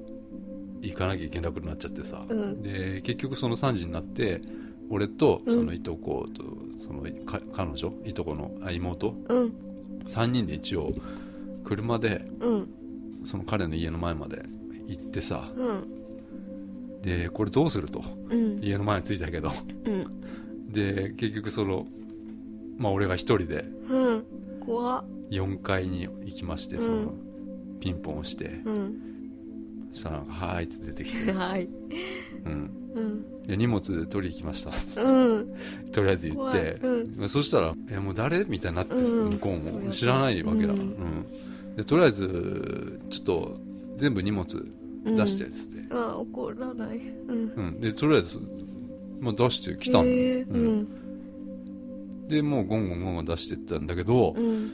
Speaker 1: 行かなきゃいけなくなっちゃってさ、
Speaker 2: うん
Speaker 1: で結局その3時になって俺と
Speaker 2: うん
Speaker 1: そのいとことそのか彼女いとこのあ妹
Speaker 2: うん
Speaker 1: 3人で一応車で
Speaker 2: うん
Speaker 1: その彼の家の前まで行ってさ
Speaker 2: うん
Speaker 1: でこれどうすると
Speaker 2: うん
Speaker 1: 家の前に着いたけど
Speaker 2: うん
Speaker 1: で結局そのまあ俺が一人で
Speaker 2: うん怖っ
Speaker 1: 4階に行きまして
Speaker 2: うん
Speaker 1: そのピンポン押して
Speaker 2: うん
Speaker 1: そしたらなんか「はーい」っつって出てきて
Speaker 2: はい
Speaker 1: 「うん、
Speaker 2: うん
Speaker 1: いや荷物取り行きました」つっ
Speaker 2: うん
Speaker 1: てとりあえず言っ
Speaker 2: 怖い
Speaker 1: て
Speaker 2: うん
Speaker 1: まあそしたら「えもう誰?」みたいになって
Speaker 2: うん
Speaker 1: 向こ
Speaker 2: そうりゃ
Speaker 1: も
Speaker 2: そう
Speaker 1: 知らないわけだ、う
Speaker 2: うん
Speaker 1: んでとりあえずちょっと全部荷物出してっつって、
Speaker 2: あ怒らないうん
Speaker 1: うんでとりあえず、まあ、出してきたの、
Speaker 2: へえう
Speaker 1: うん
Speaker 2: ん
Speaker 1: でもうゴンゴンゴンゴン出してったんだけど、
Speaker 2: うん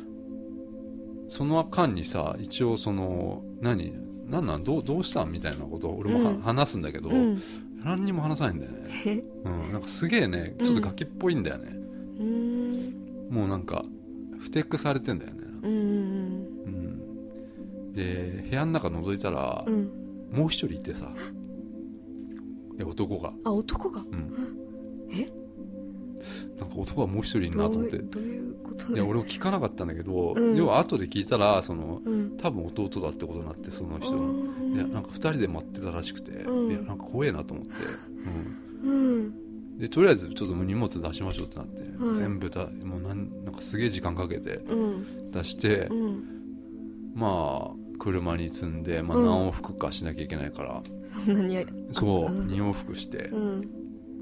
Speaker 1: その間にさ一応その何何なんどうどうしたんみたいなことを俺もは、
Speaker 2: うん
Speaker 1: 話すんだけど、
Speaker 2: うん
Speaker 1: 何にも話さないんだよね、
Speaker 2: へ
Speaker 1: うん、なんかすげえねちょっとガキっぽいんだよね、
Speaker 2: うん
Speaker 1: もうなんかふてくされてんだよね、
Speaker 2: うんうん
Speaker 1: うん、で部屋の中覗いたら、
Speaker 2: うん
Speaker 1: もう一人いてさえ男が
Speaker 2: あ男が
Speaker 1: なんか男がもう一人いるな
Speaker 2: ど
Speaker 1: と
Speaker 2: う
Speaker 1: 思
Speaker 2: い
Speaker 1: って
Speaker 2: うどういうこと
Speaker 1: い
Speaker 2: ね
Speaker 1: や俺も聞かなかったんだけど、
Speaker 2: うん
Speaker 1: 要は後で聞いたらその
Speaker 2: うん
Speaker 1: 多分弟だってことになってその人が
Speaker 2: い
Speaker 1: いやなんか2人で待ってたらしくて、
Speaker 2: うん
Speaker 1: いやなんか怖えなと思って、うん
Speaker 2: うん
Speaker 1: でとりあえずちょっと荷物出しましょうってなって、
Speaker 2: はい
Speaker 1: 全部だもうなんなんかすげえ時間かけて
Speaker 2: うん
Speaker 1: 出して、
Speaker 2: うん
Speaker 1: まあ車に積んで、まあ、
Speaker 2: うん
Speaker 1: 何往復かしなきゃいけないから、
Speaker 2: そんなにや
Speaker 1: そう、
Speaker 2: うん
Speaker 1: 2往復して、
Speaker 2: うん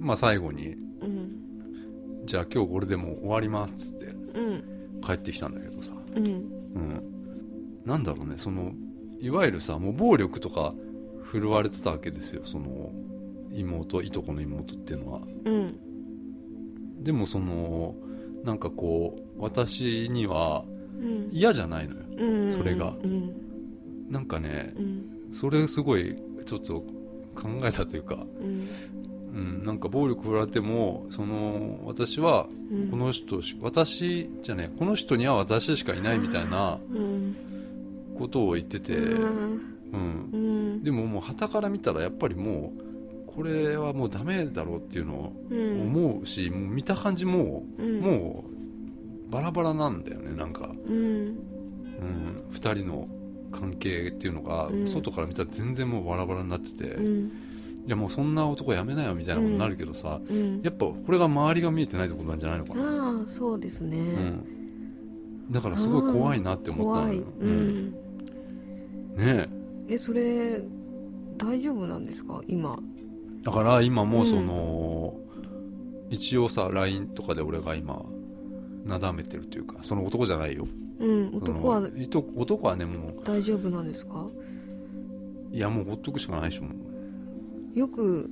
Speaker 1: まあ最後に
Speaker 2: うん
Speaker 1: じゃあ今日これでもう終わりますっつって
Speaker 2: うん
Speaker 1: 帰ってきたんだけどさ、
Speaker 2: うん
Speaker 1: うん、なんだろうねそのいわゆるさもう暴力とか振るわれてたわけですよその妹いとこの妹っていうのは。
Speaker 2: うん
Speaker 1: でもそのなんかこう私には
Speaker 2: うん
Speaker 1: 嫌じゃないのよ
Speaker 2: うん
Speaker 1: それが
Speaker 2: うん
Speaker 1: なんかね
Speaker 2: うん
Speaker 1: それすごいちょっと考えたというか、
Speaker 2: うん
Speaker 1: うん、なんか暴力振られてもその私は
Speaker 2: うん
Speaker 1: この人し私じゃねこの人には私しかいないみたいな
Speaker 2: うん
Speaker 1: ことを言ってて、
Speaker 2: うん
Speaker 1: うん、
Speaker 2: うん
Speaker 1: でももう傍から見たらやっぱりもうこれはもうダメだろうっていうのを
Speaker 2: うん
Speaker 1: 思うし、もう見た感じも
Speaker 2: う
Speaker 1: うんもうバラバラなんだよねなんか。
Speaker 2: うん
Speaker 1: うん、2人の関係っていうのが、
Speaker 2: うん
Speaker 1: 外から見たら全然もうバラバラになってて、
Speaker 2: う
Speaker 1: い
Speaker 2: ん
Speaker 1: やもうそんな男やめなよみたいなことになるけどさ、
Speaker 2: うん
Speaker 1: やっぱこれが周りが見えてないってことなんじゃないのかな、
Speaker 2: ああそうですね
Speaker 1: うん、だからすごい怖いなって思った
Speaker 2: 怖
Speaker 1: の
Speaker 2: い
Speaker 1: よ、
Speaker 2: う
Speaker 1: うん
Speaker 2: ん
Speaker 1: ねえ
Speaker 2: えそれ大丈夫なんですか今
Speaker 1: だから今もうその、一応さ LINE とかで俺が今なだめてるというかその男じゃないよ
Speaker 2: うん男
Speaker 1: そ
Speaker 2: は
Speaker 1: のいと男はねも
Speaker 2: 大丈夫なんですか
Speaker 1: ういやもうほっとくしかないでしょもう
Speaker 2: よく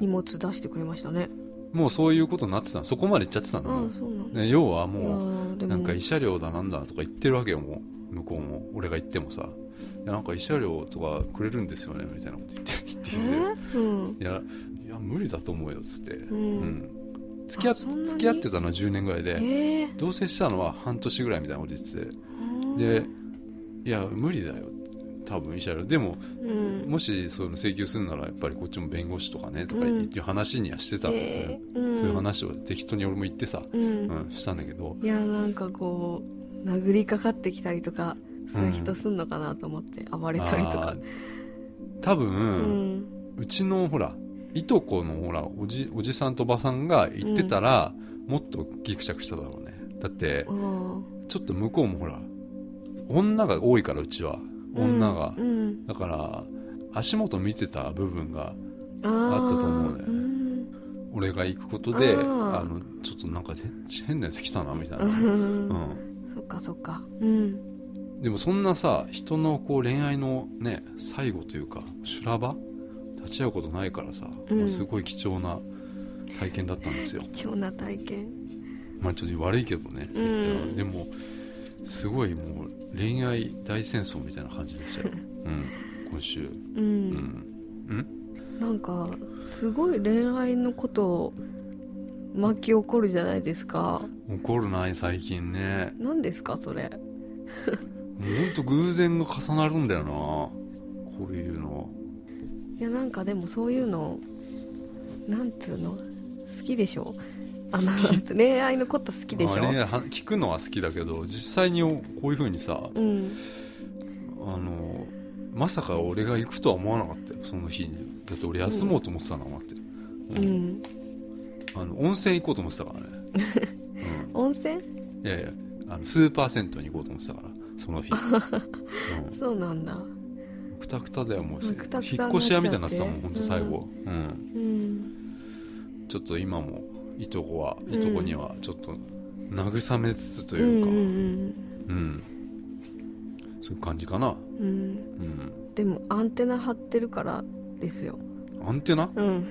Speaker 2: 荷物出してくれましたね
Speaker 1: もうそういうことになってたのそこまでいっちゃってたの
Speaker 2: あ
Speaker 1: よ
Speaker 2: あ、そうなんだ
Speaker 1: ね、要はもう、
Speaker 2: いやーでも
Speaker 1: なんか慰謝料だなんだとか言ってるわけよもう向こうも俺が言ってもさ「いやなんか慰謝料とかくれるんですよね」みたいなこと言って言ってきて
Speaker 2: えうん
Speaker 1: 「いやいや無理だと思うよ」っつって、
Speaker 2: う
Speaker 1: うん
Speaker 2: ん
Speaker 1: 付き合っ
Speaker 2: あそんなに
Speaker 1: 付き合ってたのは10年ぐらいで
Speaker 2: ええ
Speaker 1: 同棲したのは半年ぐらいみたいなこと言ってて
Speaker 2: うん
Speaker 1: で「いや無理だよ」多分慰謝料でも、
Speaker 2: うん
Speaker 1: もしそういうの請求するならやっぱりこっちも弁護士とかねとかいういう話にはしてたので、
Speaker 2: ええうん
Speaker 1: そういう話を適当に俺も言ってさ、
Speaker 2: うん
Speaker 1: うん、したんだけど
Speaker 2: いやなんかこう殴りかかってきたりとかそういう人すんのかなと思って暴れたりと
Speaker 1: あ
Speaker 2: か
Speaker 1: ー多分、
Speaker 2: うん
Speaker 1: うちのほらいとこのほらおじおじさんとおばさんが行ってたら、もっとギクシャクしただろうねだって
Speaker 2: うん
Speaker 1: ちょっと向こうもほら女が多いからうちは女が、
Speaker 2: うん
Speaker 1: だから足元見てた部分が
Speaker 2: あ
Speaker 1: あったと思うね
Speaker 2: ーん
Speaker 1: 俺が行くことで
Speaker 2: あ
Speaker 1: あ
Speaker 2: ー
Speaker 1: のちょっとなんか変変なやつ来たなみたいな、
Speaker 2: う
Speaker 1: うんん、
Speaker 2: そっかそっかうん
Speaker 1: でもそんなさ人のこう恋愛のね最後というか修羅場立ち会うことないからさ、
Speaker 2: うん
Speaker 1: もうすごい貴重な体験だったんですよ
Speaker 2: 貴重な体験
Speaker 1: まあちょっと悪いけどね、
Speaker 2: うん
Speaker 1: 言ったらでもすごいもう恋愛大戦争みたいな感じでしたよ、うん、今週、
Speaker 2: う
Speaker 1: うんん
Speaker 2: なんかすごい恋愛のことを巻き起こるじゃないですか
Speaker 1: うん、怒るない最近ね
Speaker 2: 何ですかそれ
Speaker 1: もうほんと偶然が重なるんだよなこういうの
Speaker 2: いやなんかでもそういうのなんつうの好きでしょあの恋愛のこと好きでしょ、
Speaker 1: まあねは聞くのは好きだけど実際にこういうふうにさ、
Speaker 2: うん
Speaker 1: あのまさか俺が行くとは思わなかったよその日にだって俺休もうと思ってたな、待って、
Speaker 2: う
Speaker 1: うん
Speaker 2: ん
Speaker 1: あの温泉行こうと思ってたからね、
Speaker 2: 温泉
Speaker 1: うん、いやいやあのスーパー銭湯に行こうと思ってたからそ の日、う
Speaker 2: そうなんだ
Speaker 1: ん、くたくただよもう
Speaker 2: まあくたくたに
Speaker 1: 引
Speaker 2: な
Speaker 1: っ
Speaker 2: っちゃって
Speaker 1: 越し屋みたいになってたもん本当最後、うん
Speaker 2: うん
Speaker 1: ちょっと今もいとこは
Speaker 2: ん
Speaker 1: いとこにはちょっと慰めつつと
Speaker 2: と
Speaker 1: いうか、
Speaker 2: う
Speaker 1: うんん
Speaker 2: うん
Speaker 1: そういう感じかな、
Speaker 2: うん、うん、
Speaker 1: うん、
Speaker 2: でもアンテナ張ってるからですよ
Speaker 1: アンテナ
Speaker 2: うん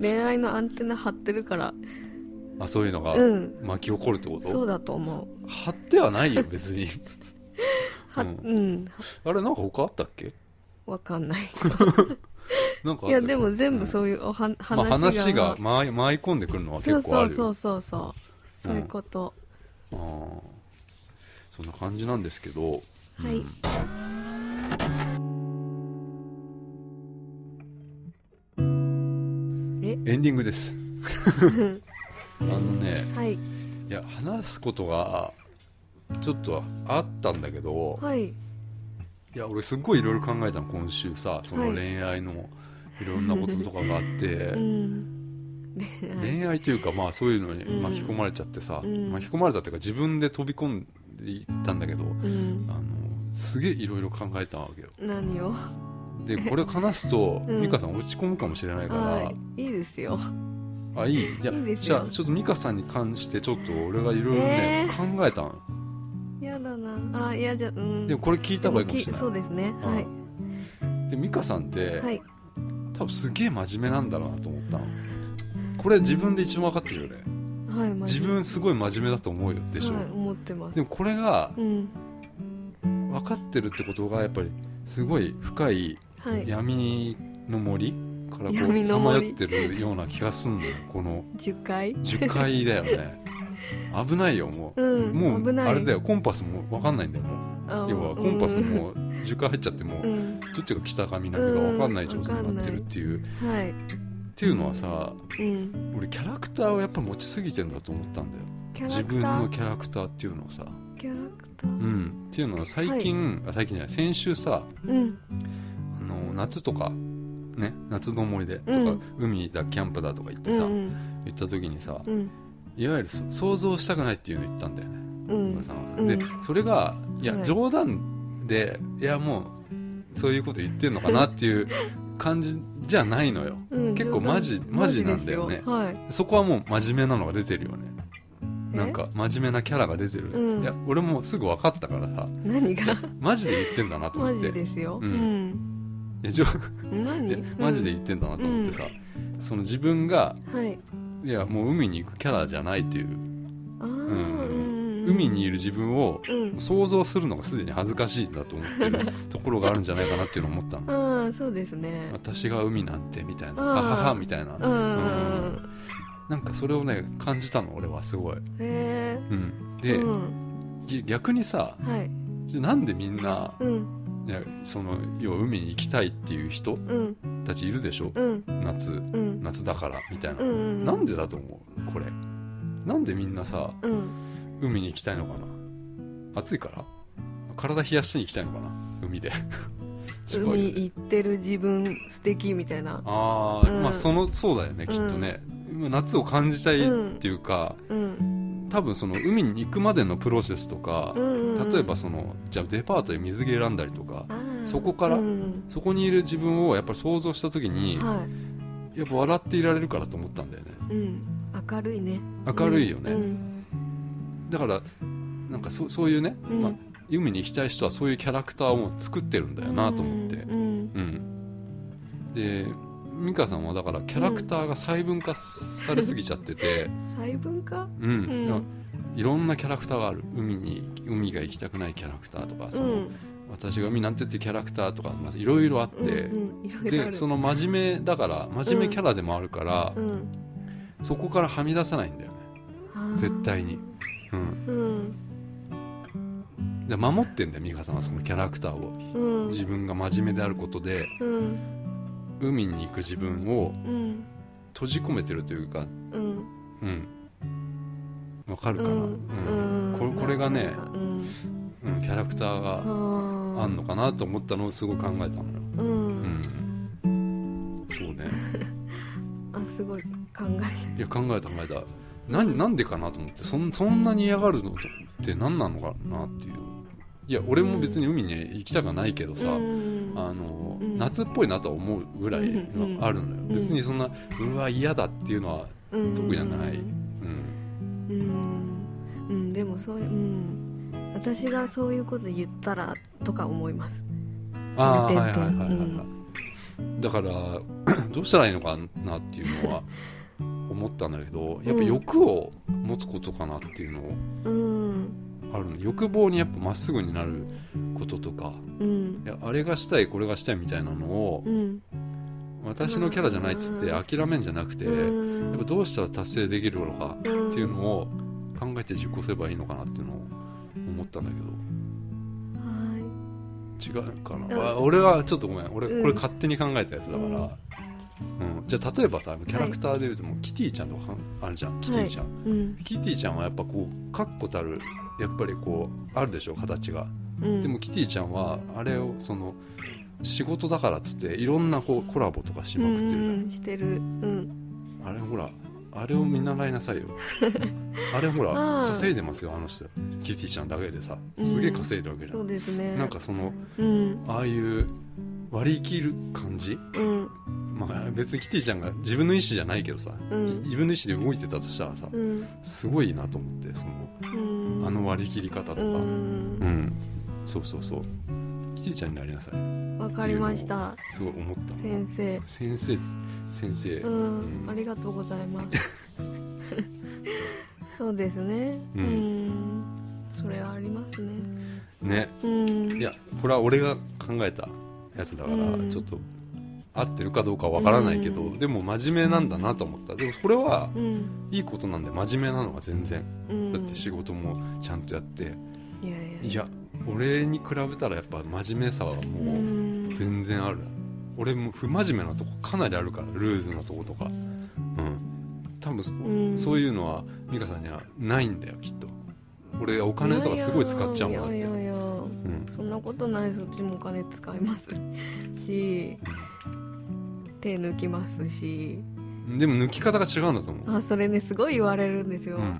Speaker 2: 恋愛のアンテナ張ってるから
Speaker 1: あそういうのが
Speaker 2: うん
Speaker 1: 巻き起こるってこと、
Speaker 2: そうだと思う
Speaker 1: 貼ってはないよ別に
Speaker 2: は
Speaker 1: う
Speaker 2: うんん、
Speaker 1: あれなんか他あったっけ
Speaker 2: わかんない
Speaker 1: なんかあっ
Speaker 2: い
Speaker 1: たっ
Speaker 2: や
Speaker 1: け
Speaker 2: でも全部そういうおは、
Speaker 1: まあ、話
Speaker 2: 話が
Speaker 1: が舞い舞い込んでくるのは
Speaker 2: そ
Speaker 1: 結
Speaker 2: う
Speaker 1: 構あ
Speaker 2: そう
Speaker 1: る
Speaker 2: そ
Speaker 1: よ
Speaker 2: うそうそうそういうこと、
Speaker 1: あーそんな感じなんですけど、
Speaker 2: はい
Speaker 1: うんエン
Speaker 2: え
Speaker 1: ディングです あのね
Speaker 2: はい
Speaker 1: いや話すことがちょっとあったんだけど、
Speaker 2: はい
Speaker 1: いや俺すっごいいろいろ考えたの今週さその
Speaker 2: はい
Speaker 1: 恋愛のいろんなこととかがあって、
Speaker 2: うん
Speaker 1: 恋愛というかまあそういうのに
Speaker 2: うん
Speaker 1: 巻き込まれちゃってさ、
Speaker 2: うん
Speaker 1: 巻き込まれたっていうか自分で飛び込んでいったんだけど
Speaker 2: うん
Speaker 1: あのすげえいろいろ考えたわけよ
Speaker 2: 何を
Speaker 1: でこれ話すと
Speaker 2: うん
Speaker 1: 美香さん落ち込むかもしれないから、
Speaker 2: はいいいですよ
Speaker 1: あいいじゃあ
Speaker 2: いいです
Speaker 1: じ
Speaker 2: よ
Speaker 1: ゃあちょっと美香さんに関してちょっと俺がいろいろね、
Speaker 2: え
Speaker 1: 考えたの
Speaker 2: 嫌だなあ嫌じゃうん
Speaker 1: でもこれ聞いた方がいいかもしれ
Speaker 2: き
Speaker 1: ない
Speaker 2: そうですね
Speaker 1: うん
Speaker 2: はい
Speaker 1: で美香さんって、
Speaker 2: はい
Speaker 1: 多分すげえ真面目なんだなと思ったのこれ自分で一番分かってるよね
Speaker 2: はい
Speaker 1: 自分すごい真面目だと思うよで
Speaker 2: で
Speaker 1: しょ、
Speaker 2: はい、思ってます
Speaker 1: でもこれが
Speaker 2: うん
Speaker 1: 分かってるってことがやっぱりすごい深い
Speaker 2: はい
Speaker 1: 闇の森からこう
Speaker 2: 闇
Speaker 1: さ
Speaker 2: の
Speaker 1: まよ
Speaker 2: 森
Speaker 1: ってるような気がすんのよこの
Speaker 2: 十回
Speaker 1: 10階だよ ね危ないよもう、
Speaker 2: うん
Speaker 1: も
Speaker 2: 危
Speaker 1: う
Speaker 2: ない
Speaker 1: あれだよコンパスも分かんないんだよも
Speaker 2: あ
Speaker 1: う要はコンパスもう10階入っちゃってもう
Speaker 2: うんうん
Speaker 1: どっちが北か南か分かんない状態になってるっていう、っ
Speaker 2: はい
Speaker 1: ていうのはさ
Speaker 2: うん
Speaker 1: 俺キャラクターをやっぱ持ちすぎてんだと思ったんだよ
Speaker 2: キャラ
Speaker 1: 自
Speaker 2: ク
Speaker 1: 分
Speaker 2: タ
Speaker 1: の
Speaker 2: ー
Speaker 1: キャラクターっていうのをさ、
Speaker 2: キャラクタ
Speaker 1: う
Speaker 2: ー
Speaker 1: ん、っていうのは最近、あ最近じゃない先週さ
Speaker 2: うん
Speaker 1: あの夏とか、ね、夏の思い出とか、
Speaker 2: うん
Speaker 1: 海だキャンプだとか言って
Speaker 2: う
Speaker 1: さ、
Speaker 2: ん
Speaker 1: 言った時にさ
Speaker 2: うん
Speaker 1: いわゆるそ想像したくないっていうの言ったんだよね、
Speaker 2: う
Speaker 1: お
Speaker 2: ん
Speaker 1: 母さんは
Speaker 2: うん
Speaker 1: でそれがいや
Speaker 2: はい
Speaker 1: 冗談でいやもうそういうこと言ってんのかなっていう感じじゃないのよ
Speaker 2: うん
Speaker 1: 結構
Speaker 2: 冗談
Speaker 1: マジマジなんだよね
Speaker 2: ですはい
Speaker 1: そこはもう真面目なのが出てるよね
Speaker 2: え
Speaker 1: なんか真面目なキャラが出てる、
Speaker 2: うん
Speaker 1: いや俺もすぐ分かったからさ
Speaker 2: 何が
Speaker 1: マジで言ってんだなと
Speaker 2: マ
Speaker 1: 思って
Speaker 2: ジですよ
Speaker 1: う
Speaker 2: うんん
Speaker 1: いや冗
Speaker 2: 何
Speaker 1: で
Speaker 2: うん
Speaker 1: マジで言ってんだなと思ってさ、その自分が
Speaker 2: はい
Speaker 1: いやもう海に行くキャラじゃないという、
Speaker 2: ああう
Speaker 1: うん
Speaker 2: ん
Speaker 1: 海にいる自分を
Speaker 2: うん
Speaker 1: 想像するのがすでに恥ずかしいんだと思って るところがあるんじゃないかなっていうのを思ったの
Speaker 2: ああそうですね
Speaker 1: 私が海なんてみたいな
Speaker 2: うん
Speaker 1: はははみたいな、
Speaker 2: うん
Speaker 1: うんなんかそれをね感じたの俺はすごい、
Speaker 2: へ
Speaker 1: うん、
Speaker 2: え
Speaker 1: で、
Speaker 2: うん
Speaker 1: ぎ逆にさ
Speaker 2: はい
Speaker 1: なんでみんな
Speaker 2: うん
Speaker 1: いやその要は海に行きたいっていう人
Speaker 2: うん
Speaker 1: たちいるでしょ
Speaker 2: うん
Speaker 1: 夏
Speaker 2: うん
Speaker 1: 夏だからみたいな
Speaker 2: う、ん
Speaker 1: なんでだと思うこれなんでみんなさ
Speaker 2: うん
Speaker 1: 海に行きたいのかな暑いから体冷やしに行きたいのかな海 で違うよね
Speaker 2: 海行ってる自分素敵みたいな
Speaker 1: ああ、
Speaker 2: うん
Speaker 1: まあそのそうだよねきっとね、夏を感じたいっていうか、
Speaker 2: うん
Speaker 1: 多分その海に行くまでのプロセスとか
Speaker 2: う、んうん
Speaker 1: 例えばそのじゃあデパートで水着選んだりとか、
Speaker 2: あー
Speaker 1: そこから
Speaker 2: うん
Speaker 1: そこにいる自分をやっぱり想像した時に、
Speaker 2: は
Speaker 1: やっぱ笑っていられるからと思ったんだよね
Speaker 2: いうん明るいね
Speaker 1: 明るいよね、
Speaker 2: うん
Speaker 1: だからなんかそそういうね、
Speaker 2: うん
Speaker 1: まあ、海に行きたい人はそういうキャラクターをもう作ってるんだよなと思って、
Speaker 2: うん
Speaker 1: うん、で美香さんはだからキャラクターが細分化されすぎちゃってて、
Speaker 2: 細分化
Speaker 1: うん
Speaker 2: うん
Speaker 1: いろんなキャラクターがある海に海が行きたくないキャラクターとかその、
Speaker 2: うん
Speaker 1: 私が海なんてっていうキャラクターとかまあいろいろあっ
Speaker 2: うん
Speaker 1: て、
Speaker 2: うんいろいろあ
Speaker 1: で
Speaker 2: る
Speaker 1: その真面目だから真面目キャラでもあるから、
Speaker 2: うん
Speaker 1: そこからはみ出さないんだよね、
Speaker 2: あー
Speaker 1: 絶対にうん、
Speaker 2: うん
Speaker 1: で守ってんだよ美香さんはそのキャラクターを
Speaker 2: うん
Speaker 1: 自分が真面目であることで
Speaker 2: うん
Speaker 1: 海に行く自分を
Speaker 2: うん
Speaker 1: 閉じ込めてるというか
Speaker 2: うん
Speaker 1: かるかな、うん
Speaker 2: うん
Speaker 1: ここれがね
Speaker 2: なんかうん
Speaker 1: うん、キャラクターが
Speaker 2: あ
Speaker 1: あんのかなと思ったのをすごい考えたのよ、
Speaker 2: う
Speaker 1: うんん、そうね
Speaker 2: あすごい考え
Speaker 1: いや考えた考えたなんなんでかなと思ってそんそんなに嫌がるのって何なのかなっていういや俺も別に海に行きたくはないけど
Speaker 2: て
Speaker 1: さ、
Speaker 2: るうん
Speaker 1: あの
Speaker 2: うん
Speaker 1: 夏っぽいなとは思うぐらい
Speaker 2: うん
Speaker 1: まああるのよ、
Speaker 2: ん
Speaker 1: 別にそんなうわ嫌だっていうのは
Speaker 2: うん
Speaker 1: 得意じゃない、う
Speaker 2: うん
Speaker 1: ん
Speaker 2: うん、うん、でもそれうん私がそういうこと言ったらとか思います
Speaker 1: ああー
Speaker 2: 点
Speaker 1: はいはいはい
Speaker 2: 々
Speaker 1: はい、はいだから どうしたらいいのかなっていうのは思ったんだけどやっぱ欲を持つことかなっていうのを
Speaker 2: うん
Speaker 1: あるの欲望にやっぱまっすぐになることとか
Speaker 2: うん
Speaker 1: いやあれがしたいこれがしたいみたいなのを
Speaker 2: うん
Speaker 1: 私のキャラじゃないっつって
Speaker 2: うん
Speaker 1: 諦めんじゃなくて
Speaker 2: う
Speaker 1: や
Speaker 2: ん
Speaker 1: っぱどうしたら達成できるのか
Speaker 2: うん
Speaker 1: っていうのを考えて実行すればいいのかなっていうのを思ったんだ
Speaker 2: は
Speaker 1: けど違うかな、
Speaker 2: うん
Speaker 1: あ俺はちょっとごめん俺
Speaker 2: うん
Speaker 1: これ勝手に考えたやつだから、うんじゃあ例えばさキャラクターでいうともうキティちゃんとかあるじゃんキティちゃん、
Speaker 2: いうん
Speaker 1: キティちゃんはやっぱこう確固たるやっぱりこうあるでしょ形が
Speaker 2: うん
Speaker 1: でもキティちゃんはあれをその仕事だからっつっていろんなこうコラボとかしまくってるじゃん、
Speaker 2: うんうんしてるうん
Speaker 1: あれほらあれを見習いな さいよあれほら
Speaker 2: あー
Speaker 1: 稼いでますよあの人キティちゃんだけでさすげえ稼いでるわけじゃん、
Speaker 2: そうですね
Speaker 1: なんかその
Speaker 2: うん
Speaker 1: ああいう割り切る感じ
Speaker 2: うん
Speaker 1: まあ別にキティちゃんが自分の意思じゃないけどさ、
Speaker 2: うん
Speaker 1: 自分の意思で動いてたとしたらさ、
Speaker 2: うん
Speaker 1: すごいなと思ってその
Speaker 2: うん
Speaker 1: あの割り切り方とかう
Speaker 2: う
Speaker 1: ん、
Speaker 2: ん
Speaker 1: そうそうそうキティちゃんになりなさい
Speaker 2: わかりました
Speaker 1: すごい思った
Speaker 2: 先生
Speaker 1: 先生先生、
Speaker 2: う
Speaker 1: うんん
Speaker 2: ありがとうございます そうですね
Speaker 1: う
Speaker 2: うんんそれはありますね
Speaker 1: ね
Speaker 2: うん
Speaker 1: いやこれは俺が考えたやつだから、
Speaker 2: うん
Speaker 1: ちょっと合ってるかどうかわからないけど、
Speaker 2: うん
Speaker 1: でも真面目なんだなと思ったでもこれは
Speaker 2: うん
Speaker 1: いいことなんで真面目なのは全然
Speaker 2: うん
Speaker 1: だって仕事もちゃんとやって、
Speaker 2: いやいや
Speaker 1: いや俺に比べたらやっぱ真面目さは
Speaker 2: う
Speaker 1: もうん全然ある俺も不真面目なとこかなりあるからルーズなとことかうん多分そ,、う
Speaker 2: うん
Speaker 1: そういうのは美香さんにはないんだよきっと俺お金とかすごい使っちゃうもんだって
Speaker 2: いやいやいや
Speaker 1: うん
Speaker 2: そんなことないそっちもお金使いますし手抜きますし
Speaker 1: でも抜き方が違うんだと思う、
Speaker 2: あそれねすごい言われるんですよ、
Speaker 1: うん、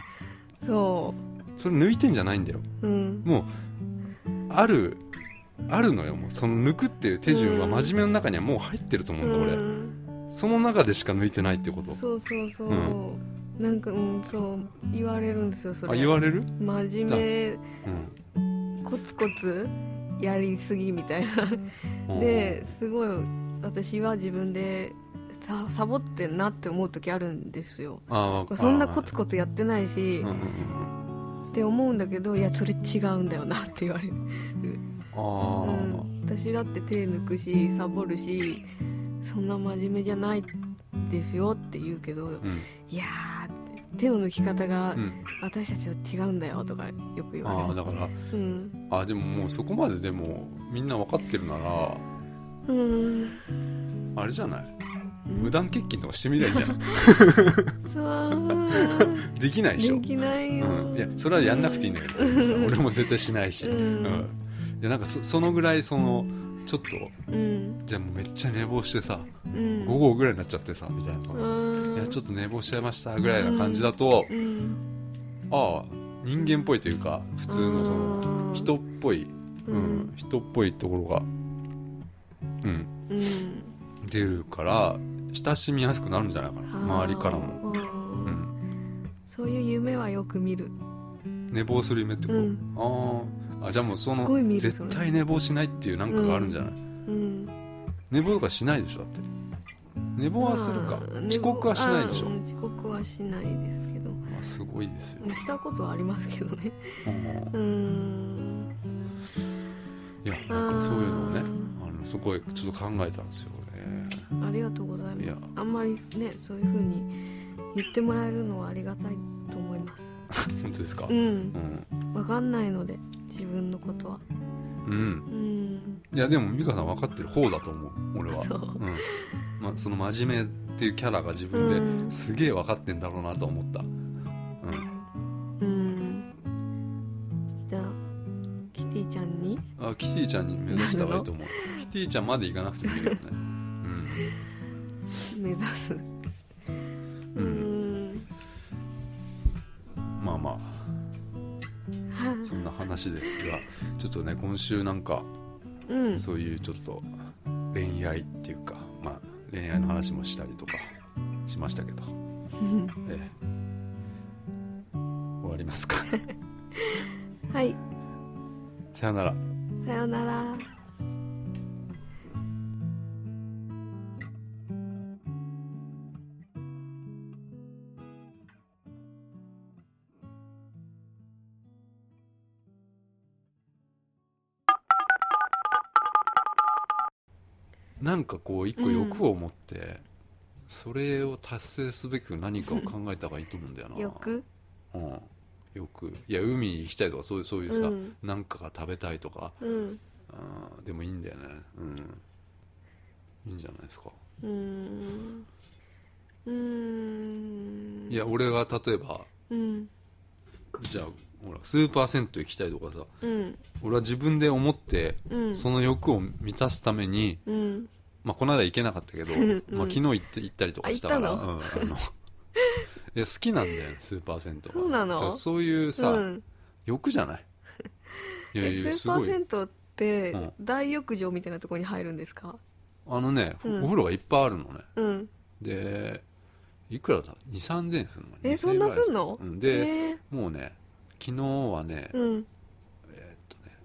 Speaker 2: そ
Speaker 1: それ抜いてんじゃないんだよ
Speaker 2: ううん
Speaker 1: もうあるあるのよもうその抜くっていう手順は
Speaker 2: うん
Speaker 1: 真面目の中にはもう入ってると思うんだ、
Speaker 2: うん
Speaker 1: 俺その中でしか抜いてないってこと
Speaker 2: そうそうそう、
Speaker 1: う
Speaker 2: なんかうんそう言われるんですよそれ
Speaker 1: あ言われる、
Speaker 2: 真面
Speaker 1: うん
Speaker 2: 目コツコツやりすぎみたいな
Speaker 1: うん、
Speaker 2: ですごい私は自分でササボってんなって思う時あるんですよ
Speaker 1: あー
Speaker 2: そんなコツコツやってないし
Speaker 1: うんうんうん
Speaker 2: って思うんだけどいやそれ違うんだよなって言われる、
Speaker 1: あ
Speaker 2: う
Speaker 1: ー、
Speaker 2: ん、私だって手抜くしサボるしそんな真面目じゃないですよって言うけど
Speaker 1: うん
Speaker 2: いやーって手の抜き方が
Speaker 1: うん
Speaker 2: 私たちは違うんだよとかよく言
Speaker 1: あ
Speaker 2: わ
Speaker 1: あ
Speaker 2: れる
Speaker 1: だから
Speaker 2: うん
Speaker 1: あでももうそこまででもみんな分かってるなら
Speaker 2: うん
Speaker 1: あれじゃない無断欠勤とかしてみりゃいいじゃ ん
Speaker 2: そう
Speaker 1: できない でしょ
Speaker 2: できないよ、
Speaker 1: うん、いやそれはやんなくていいんだけどさ俺も絶対しないし、
Speaker 2: うん
Speaker 1: いやなんかそそのぐらいそのちょっと
Speaker 2: うん
Speaker 1: じゃあもうめっちゃ寝坊してさ
Speaker 2: うん
Speaker 1: 午後ぐらいになっちゃってさみたいな、
Speaker 2: うん
Speaker 1: いやちょっと寝坊しちゃいましたぐらいな感じだと、
Speaker 2: うん
Speaker 1: ああ人間っぽいというか普通のその
Speaker 2: あー
Speaker 1: 人っぽい、うん
Speaker 2: うん
Speaker 1: 人っぽいところが、うん、
Speaker 2: うん
Speaker 1: 出るから親しみやすくなるんじゃないかな周りからも、
Speaker 2: あー
Speaker 1: うん、
Speaker 2: そういう夢はよく見る
Speaker 1: 寝坊する夢ってこと、
Speaker 2: うん
Speaker 1: あーあじゃあもうそ
Speaker 2: すっごい見
Speaker 1: の
Speaker 2: る
Speaker 1: 絶対寝坊しないっていうなんかがあるんじゃない、
Speaker 2: うん
Speaker 1: 寝坊とかしないでしょだって寝坊はするか
Speaker 2: まあ
Speaker 1: 遅刻はしないでしょ
Speaker 2: あうん遅刻はしないですけど
Speaker 1: まあすごいですよ、
Speaker 2: したことはありますけどね
Speaker 1: うん
Speaker 2: うん
Speaker 1: いやなんかそういうのをね
Speaker 2: あ
Speaker 1: あのすごいちょっと考えたんですよね
Speaker 2: ありがとうございま
Speaker 1: い
Speaker 2: す
Speaker 1: や
Speaker 2: あんまりねそういうふうに言ってもらえるのはありがたいと思います
Speaker 1: 本当ですか
Speaker 2: う
Speaker 1: うん、
Speaker 2: ん
Speaker 1: うん
Speaker 2: わかんないので自分のことはうん
Speaker 1: いやでも美香さん分かってる方だと思う俺は
Speaker 2: そ
Speaker 1: う
Speaker 2: う
Speaker 1: んまあ、その真面目っていうキャラが自
Speaker 2: う
Speaker 1: 分
Speaker 2: ん
Speaker 1: ですげえ分かってんだろうなと思った、うん
Speaker 2: うんじゃあキティちゃんに
Speaker 1: あキティちゃんに目指した方がいいと思うキティちゃんまで行かなくてもいいけどね、うん、
Speaker 2: 目指すうーん
Speaker 1: まあまあそんな話ですがちょっとね今週なんか
Speaker 2: うん
Speaker 1: そういうちょっと恋愛っていうか、まあ、恋愛の話もしたりとかしました けど、ええ、終わりますか
Speaker 2: はい
Speaker 1: さよなら
Speaker 2: さようなら
Speaker 1: なんかこう一個欲を持って、それを達成すべく何かを考えた方がいいと思うんだよな
Speaker 2: よく
Speaker 1: うん、よくいや海行きたいとかそういうそういうさ、
Speaker 2: うん
Speaker 1: なんかが食べたいとか、
Speaker 2: うん
Speaker 1: うん、でもいいんだよねうんいいんじゃないですか
Speaker 2: うーんうーん
Speaker 1: いや俺が例えば
Speaker 2: うん
Speaker 1: じゃあほらスーパー銭湯行きたいとかさ
Speaker 2: うん
Speaker 1: 俺は自分で思って、
Speaker 2: うん
Speaker 1: その欲を満たすために、
Speaker 2: うん
Speaker 1: まあ、この間行けなかった けど、
Speaker 2: ん
Speaker 1: まあ、昨日行って行ったりとかしたから
Speaker 2: あ行
Speaker 1: う
Speaker 2: った
Speaker 1: ん、あの いや好きなんだよねスーパー銭湯は
Speaker 2: そうなの
Speaker 1: だからそういうさ、
Speaker 2: うん
Speaker 1: 欲じゃ ないいやいや
Speaker 2: えスー
Speaker 1: す
Speaker 2: パ
Speaker 1: ご
Speaker 2: ー
Speaker 1: い
Speaker 2: 銭湯って
Speaker 1: うん
Speaker 2: 大浴場みたいなところに入るんですか
Speaker 1: あのね、
Speaker 2: うん
Speaker 1: お風呂がいっぱいあるのね
Speaker 2: うん
Speaker 1: でいくらだ2 3 0 0 0円するの
Speaker 2: え
Speaker 1: 2000
Speaker 2: そんなすんの
Speaker 1: ぐらいうんで、
Speaker 2: えー
Speaker 1: もうね昨日はね,、
Speaker 2: うん
Speaker 1: えーっとね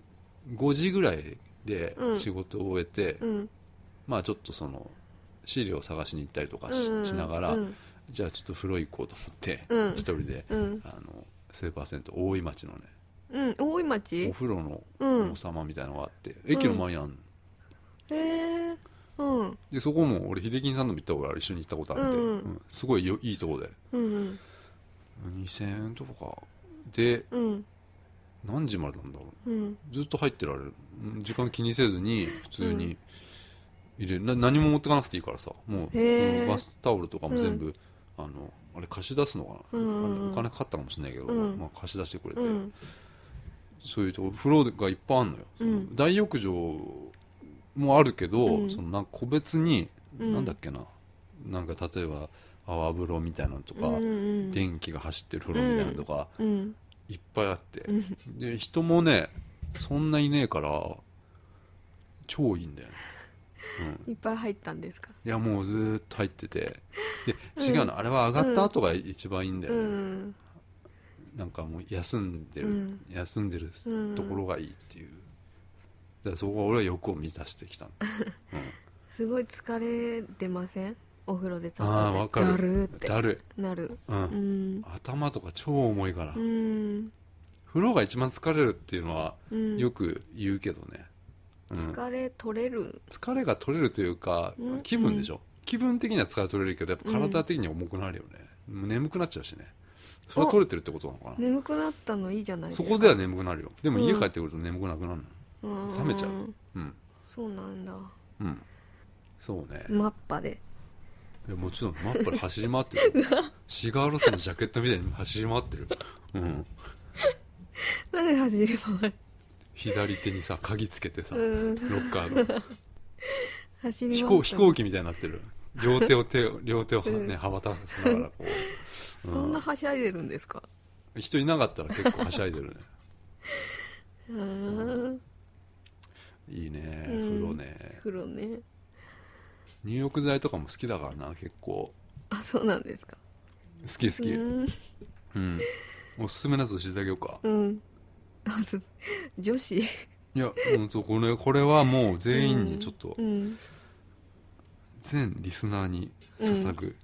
Speaker 1: 5時ぐらいで
Speaker 2: うん
Speaker 1: 仕事を終えて、
Speaker 2: うん
Speaker 1: まあちょっとその資料を探しに行ったりとかし,、
Speaker 2: うん
Speaker 1: ながら、
Speaker 2: うん
Speaker 1: じゃあちょっと風呂行こうと思って、
Speaker 2: うん
Speaker 1: 一人で
Speaker 2: うん
Speaker 1: あのスーパー銭湯大井町のね
Speaker 2: うん大井
Speaker 1: お
Speaker 2: 町
Speaker 1: 風呂の
Speaker 2: うん
Speaker 1: 王様みたいなのがあって、駅の前にあるの
Speaker 2: へえうん
Speaker 1: でそこも俺秀樹さんとも行ったことある一緒に行ったことあって、
Speaker 2: うんうん
Speaker 1: うんすごいよいいとこで
Speaker 2: うん
Speaker 1: 2000円とかで
Speaker 2: うんうん
Speaker 1: 何時までなんだろう
Speaker 2: うん
Speaker 1: ずっと入ってられるうん時間気にせずに普通に入れる、な何も持ってかなくていいからさもう
Speaker 2: へー
Speaker 1: うんバスタオルとかも全部、あのあれ貸し出すのかな、
Speaker 2: うんうん
Speaker 1: あ
Speaker 2: うん
Speaker 1: れお金かかったかもしれないけど、
Speaker 2: うん
Speaker 1: まあ、貸し出してくれて、
Speaker 2: うん
Speaker 1: そういうとこ風呂がいっぱいあるのよ、
Speaker 2: うん
Speaker 1: 大浴場もあるけど、
Speaker 2: うん
Speaker 1: そのなんか個別に、
Speaker 2: うん
Speaker 1: なんだっけななんか例えば泡風呂みたいなのとか、
Speaker 2: うんうん
Speaker 1: 電気が走ってる風呂みたいなのとか、
Speaker 2: うん
Speaker 1: いっぱいあって
Speaker 2: う、ん
Speaker 1: で人もねそんないねえから超いいん だよね、うん、
Speaker 2: いっぱい入ったんですか
Speaker 1: いやもうずーっと入ってて
Speaker 2: う
Speaker 1: で
Speaker 2: ん
Speaker 1: 違うの、あれは上がった後が一番いいんだよ
Speaker 2: う
Speaker 1: ね、
Speaker 2: ん
Speaker 1: なんかもう休んでる、
Speaker 2: うん
Speaker 1: 休んでる
Speaker 2: うん
Speaker 1: ところがいいっていうだからそこは俺は欲を満たして きたの、
Speaker 2: すごい疲れてませんお風呂で立ってて
Speaker 1: あーわかる
Speaker 2: だるー
Speaker 1: う
Speaker 2: っ
Speaker 1: ん、
Speaker 2: て
Speaker 1: だる
Speaker 2: なる
Speaker 1: い、うん
Speaker 2: うん
Speaker 1: 頭とか超重いから、
Speaker 2: うん
Speaker 1: 風呂が一番疲れるっていうのは
Speaker 2: うん
Speaker 1: よく言うけどね、うん
Speaker 2: 疲れ取れる
Speaker 1: 疲れが取れるというか
Speaker 2: うん
Speaker 1: 気分でしょ、気分的には疲れ取れるけどやっぱ体的には重くなるよね、眠くなっちゃうしねそれは取れてるってことなのかな、
Speaker 2: 眠くなったのいいじゃないです
Speaker 1: そ
Speaker 2: か
Speaker 1: こでは眠くなるよでも
Speaker 2: うん
Speaker 1: 家帰ってくると眠くなくなるの
Speaker 2: うん
Speaker 1: 冷めちゃううん
Speaker 2: そうなんだ
Speaker 1: うんそうね、い
Speaker 2: マッパで
Speaker 1: やもちろんマッパで走り回って るシガーロスのジャケットみたいに走り回ってるうん
Speaker 2: なんで走り回る
Speaker 1: 左手にさ鍵つけてさ、
Speaker 2: うん
Speaker 1: ロッカー が
Speaker 2: 走り
Speaker 1: 飛
Speaker 2: 回
Speaker 1: 行
Speaker 2: った
Speaker 1: 飛行機みたいになってる両手 を手を両手を、ね
Speaker 2: うん
Speaker 1: 羽ばたかせながらこう
Speaker 2: そんなはしゃいでるんですか
Speaker 1: 人いなかったら結構はしゃいでるね
Speaker 2: うん
Speaker 1: いいね
Speaker 2: うん
Speaker 1: 風呂ね
Speaker 2: 風呂ね
Speaker 1: 入浴剤とかも好きだからな結構
Speaker 2: あそうなんですか
Speaker 1: 好き好き
Speaker 2: う
Speaker 1: うん、
Speaker 2: ん
Speaker 1: おすすめのやつ教えてあげようか
Speaker 2: うんあそう女子
Speaker 1: いや本当これこれはもう全員にちょっと
Speaker 2: うん
Speaker 1: 全リスナーに捧ぐ、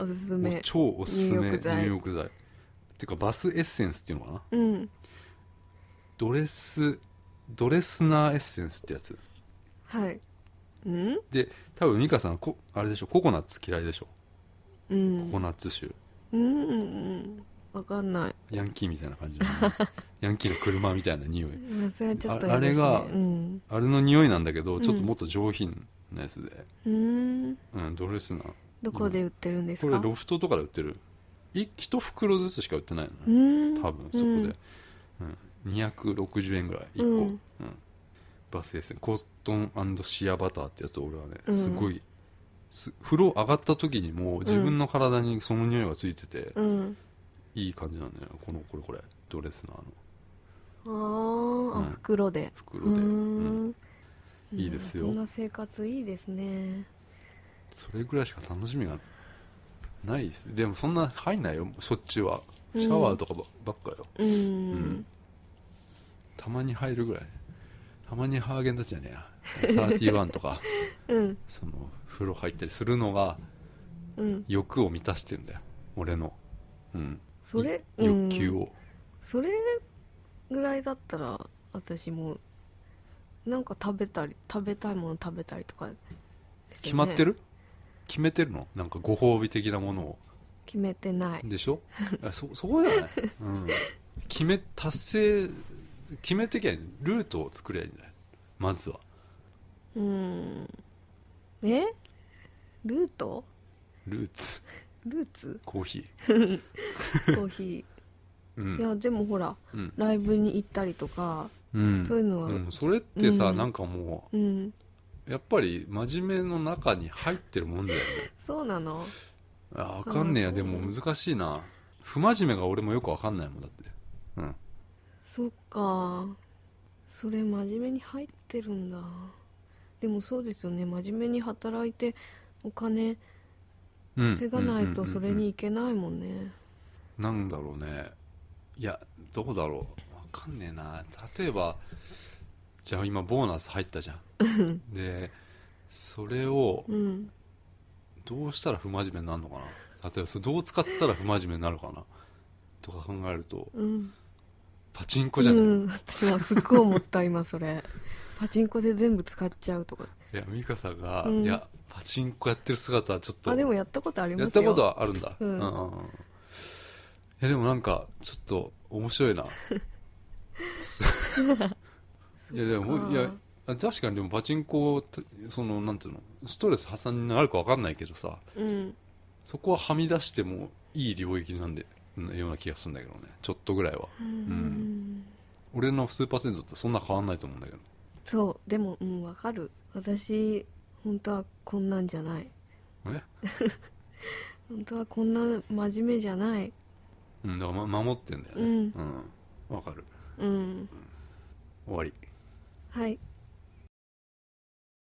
Speaker 2: おすす
Speaker 1: もう
Speaker 2: め
Speaker 1: 超おすすめ
Speaker 2: 入
Speaker 1: 入
Speaker 2: 浴
Speaker 1: 浴
Speaker 2: 剤
Speaker 1: 剤てかバスエッセンスっていうのかな
Speaker 2: うん
Speaker 1: ドレスドレスナーエッセンスってやつ
Speaker 2: はいうん
Speaker 1: で多分美香さんこあれでしょココナッツ嫌いでしょ
Speaker 2: うん
Speaker 1: ココナッツ臭
Speaker 2: うんうんうんわかんない
Speaker 1: ヤンキーみたいな感じの ヤンキーの車みたいな匂い
Speaker 2: うんそれはちょっと
Speaker 1: あ
Speaker 2: 嫌です
Speaker 1: あ
Speaker 2: ね
Speaker 1: れが
Speaker 2: うん
Speaker 1: あれの匂いなんだけど
Speaker 2: ん
Speaker 1: ちょっともっと上品なやつで、
Speaker 2: うん
Speaker 1: うんドレスナー
Speaker 2: どこで売ってるんです
Speaker 1: こ
Speaker 2: か
Speaker 1: れロフトとかで売ってるい一袋ずつしか売ってないのね
Speaker 2: うん
Speaker 1: 多分そこで、うん260円ぐらい1個、
Speaker 2: う
Speaker 1: うんんバスですねコットンシアバターってやつ俺はね
Speaker 2: うん
Speaker 1: すごい、す風呂上がった時にもう自分の体にその匂いがついてて、
Speaker 2: うん
Speaker 1: いい感じなんだよなこのこれこれドレスのあの
Speaker 2: あーあ、
Speaker 1: うん
Speaker 2: 袋で
Speaker 1: 袋で
Speaker 2: うー
Speaker 1: うん
Speaker 2: ん
Speaker 1: いいですよ
Speaker 2: そんな生活いいですね
Speaker 1: それぐらいしか楽しみがないですでもそんな入んないよしょっちゅうはシャワーとかば,、ばっかよ
Speaker 2: うん、
Speaker 1: んたまに入るぐらいたまにハーゲンダッツじゃねえや31とか
Speaker 2: うん
Speaker 1: その風呂入ったりするのが
Speaker 2: うん、
Speaker 1: 欲を満たしてんだよ俺のうん
Speaker 2: それ
Speaker 1: い欲求
Speaker 2: うん
Speaker 1: を、
Speaker 2: それぐらいだったら私もなんか食べたり食べたいもの食べたりとかです
Speaker 1: 決
Speaker 2: よね、
Speaker 1: まってる決めてるのなんかご褒美的なものを
Speaker 2: 決めてない
Speaker 1: でしょあそそこじゃない、うん、決め達成決めてきゃいいルートを作りゃいいんだよまずは
Speaker 2: うんえルート
Speaker 1: ルーツ
Speaker 2: ルー ツ
Speaker 1: コーヒ
Speaker 2: コーヒ
Speaker 1: ーう
Speaker 2: ーい
Speaker 1: ん
Speaker 2: やでもほら
Speaker 1: うん
Speaker 2: ライブに行ったりとか
Speaker 1: うん
Speaker 2: そういうのは
Speaker 1: うんそれってさ、
Speaker 2: うん
Speaker 1: なんかも
Speaker 2: うん
Speaker 1: うやっぱり真面目の中に入ってるもんだよね
Speaker 2: そうなの
Speaker 1: あ分かんねえや
Speaker 2: あーそ
Speaker 1: で
Speaker 2: う
Speaker 1: も難しいな不真面目が俺もよく分かんないもんだってうん
Speaker 2: そっかそれ真面目に入ってるんだでもそうですよね真面目に働いてお金
Speaker 1: うん
Speaker 2: 稼がない
Speaker 1: うんう
Speaker 2: と
Speaker 1: んうんうん
Speaker 2: それに行けないもんね
Speaker 1: なんだろうねいやどうだろうわかんねえな例えばじゃあ今ボーナス入ったじゃんでそれを
Speaker 2: うん
Speaker 1: どうしたら不真面目になるのかな例えばそれどう使ったら不真面目になるかなとか考えると
Speaker 2: うん
Speaker 1: パチンコじゃない、
Speaker 2: う
Speaker 1: い
Speaker 2: ん、私はすっごい思った今それパチンコで全部使っちゃうとか
Speaker 1: や美香さんが、
Speaker 2: うん
Speaker 1: いやパチンコやってる姿はちょっと
Speaker 2: あでもやったことありますよ
Speaker 1: やったことはあるんだ
Speaker 2: うん
Speaker 1: うんうんうんいやでもなんかちょっと面白い な
Speaker 2: そっ
Speaker 1: い
Speaker 2: か
Speaker 1: やでもいやあ確かにでもパチンコってそのなんていうのストレス発散になるか分かんないけどさ
Speaker 2: うん
Speaker 1: そこははみ出してもいい領域なんでうんような気がするんだけどねちょっとぐらいは
Speaker 2: うん
Speaker 1: 俺のスーパーセントってそんな変わんないと思うんだけど
Speaker 2: そうでもうんわかる私本当はこんなんじゃない
Speaker 1: ね、
Speaker 2: 本当はこんな真面目じゃない
Speaker 1: うん、だから、ま、守ってんだよ
Speaker 2: う
Speaker 1: ねう
Speaker 2: ん
Speaker 1: んわ、かる
Speaker 2: うん
Speaker 1: 終わり
Speaker 2: はい